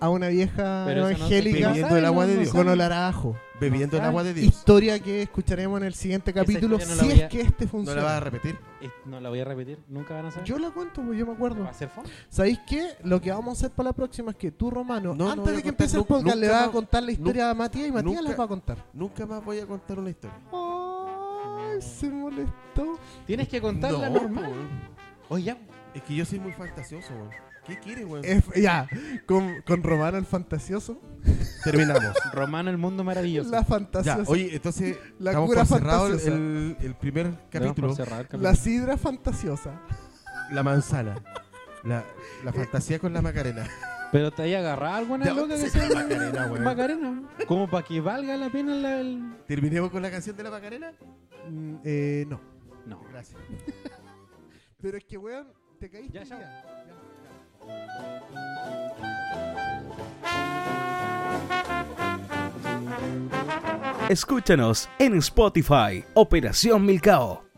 D: a una vieja
C: Pero eso no se
D: evangélica
E: Bebiendo el agua de Dios.
D: con olor a ajo.
E: Bebiendo el
C: Ah,
E: agua de Dios.
D: Historia que escucharemos en el siguiente capítulo
C: historia no la
D: si
C: voy
D: es
C: a-
D: que este
E: No la
D: funciona.
E: vas a repetir.
C: Eh, No la voy a repetir. Nunca van a saber.
D: yo la cuento, pues, yo me acuerdo.
C: Va a ser fome.
D: ¿Sabéis qué? Lo que vamos a hacer para la próxima es que tú, Romano,
E: No, no
D: antes
E: voy a
D: de que
E: contar
D: empiece el
E: nunca-
D: podcast, le
E: nunca
D: vas a
E: más-
D: contar la historia a Matías y Matías
E: nunca-
D: les va a contar.
E: Nunca más voy a contar una historia.
D: Ay, se molestó.
C: Tienes que contarla
E: No,
C: normal.
E: weón.
C: Oye, ya.
E: Es que yo soy muy fantasioso, weón. ¿Qué quieres, weón?
D: F- ya, con, con Romano el fantasioso.
E: Terminamos.
C: Romano, el mundo maravilloso.
D: La
E: ya,
D: fantasiosa.
E: oye, entonces,
D: La
E: damos
D: cura
E: por cerrado el,
D: fantasiosa.
E: el- el primer
C: Damos por
E: capítulo.
C: cerrado el
D: la sidra fantasiosa.
E: La manzana. La,
C: Eh,
E: la fantasía con la Macarena.
C: Pero te hay agarrado alguna
E: Ya,
C: loca que
E: sí,
C: sea
E: Macarena, weón.
C: Macarena. Como para que valga la pena la, el.
E: ¿Terminemos con la canción de la Macarena?
D: Mm, eh, no.
C: No.
E: Gracias.
D: Pero es que, weón, te caíste.
C: Ya, chao.
D: ya.
A: Escúchanos en Spotify, Operación Milcao,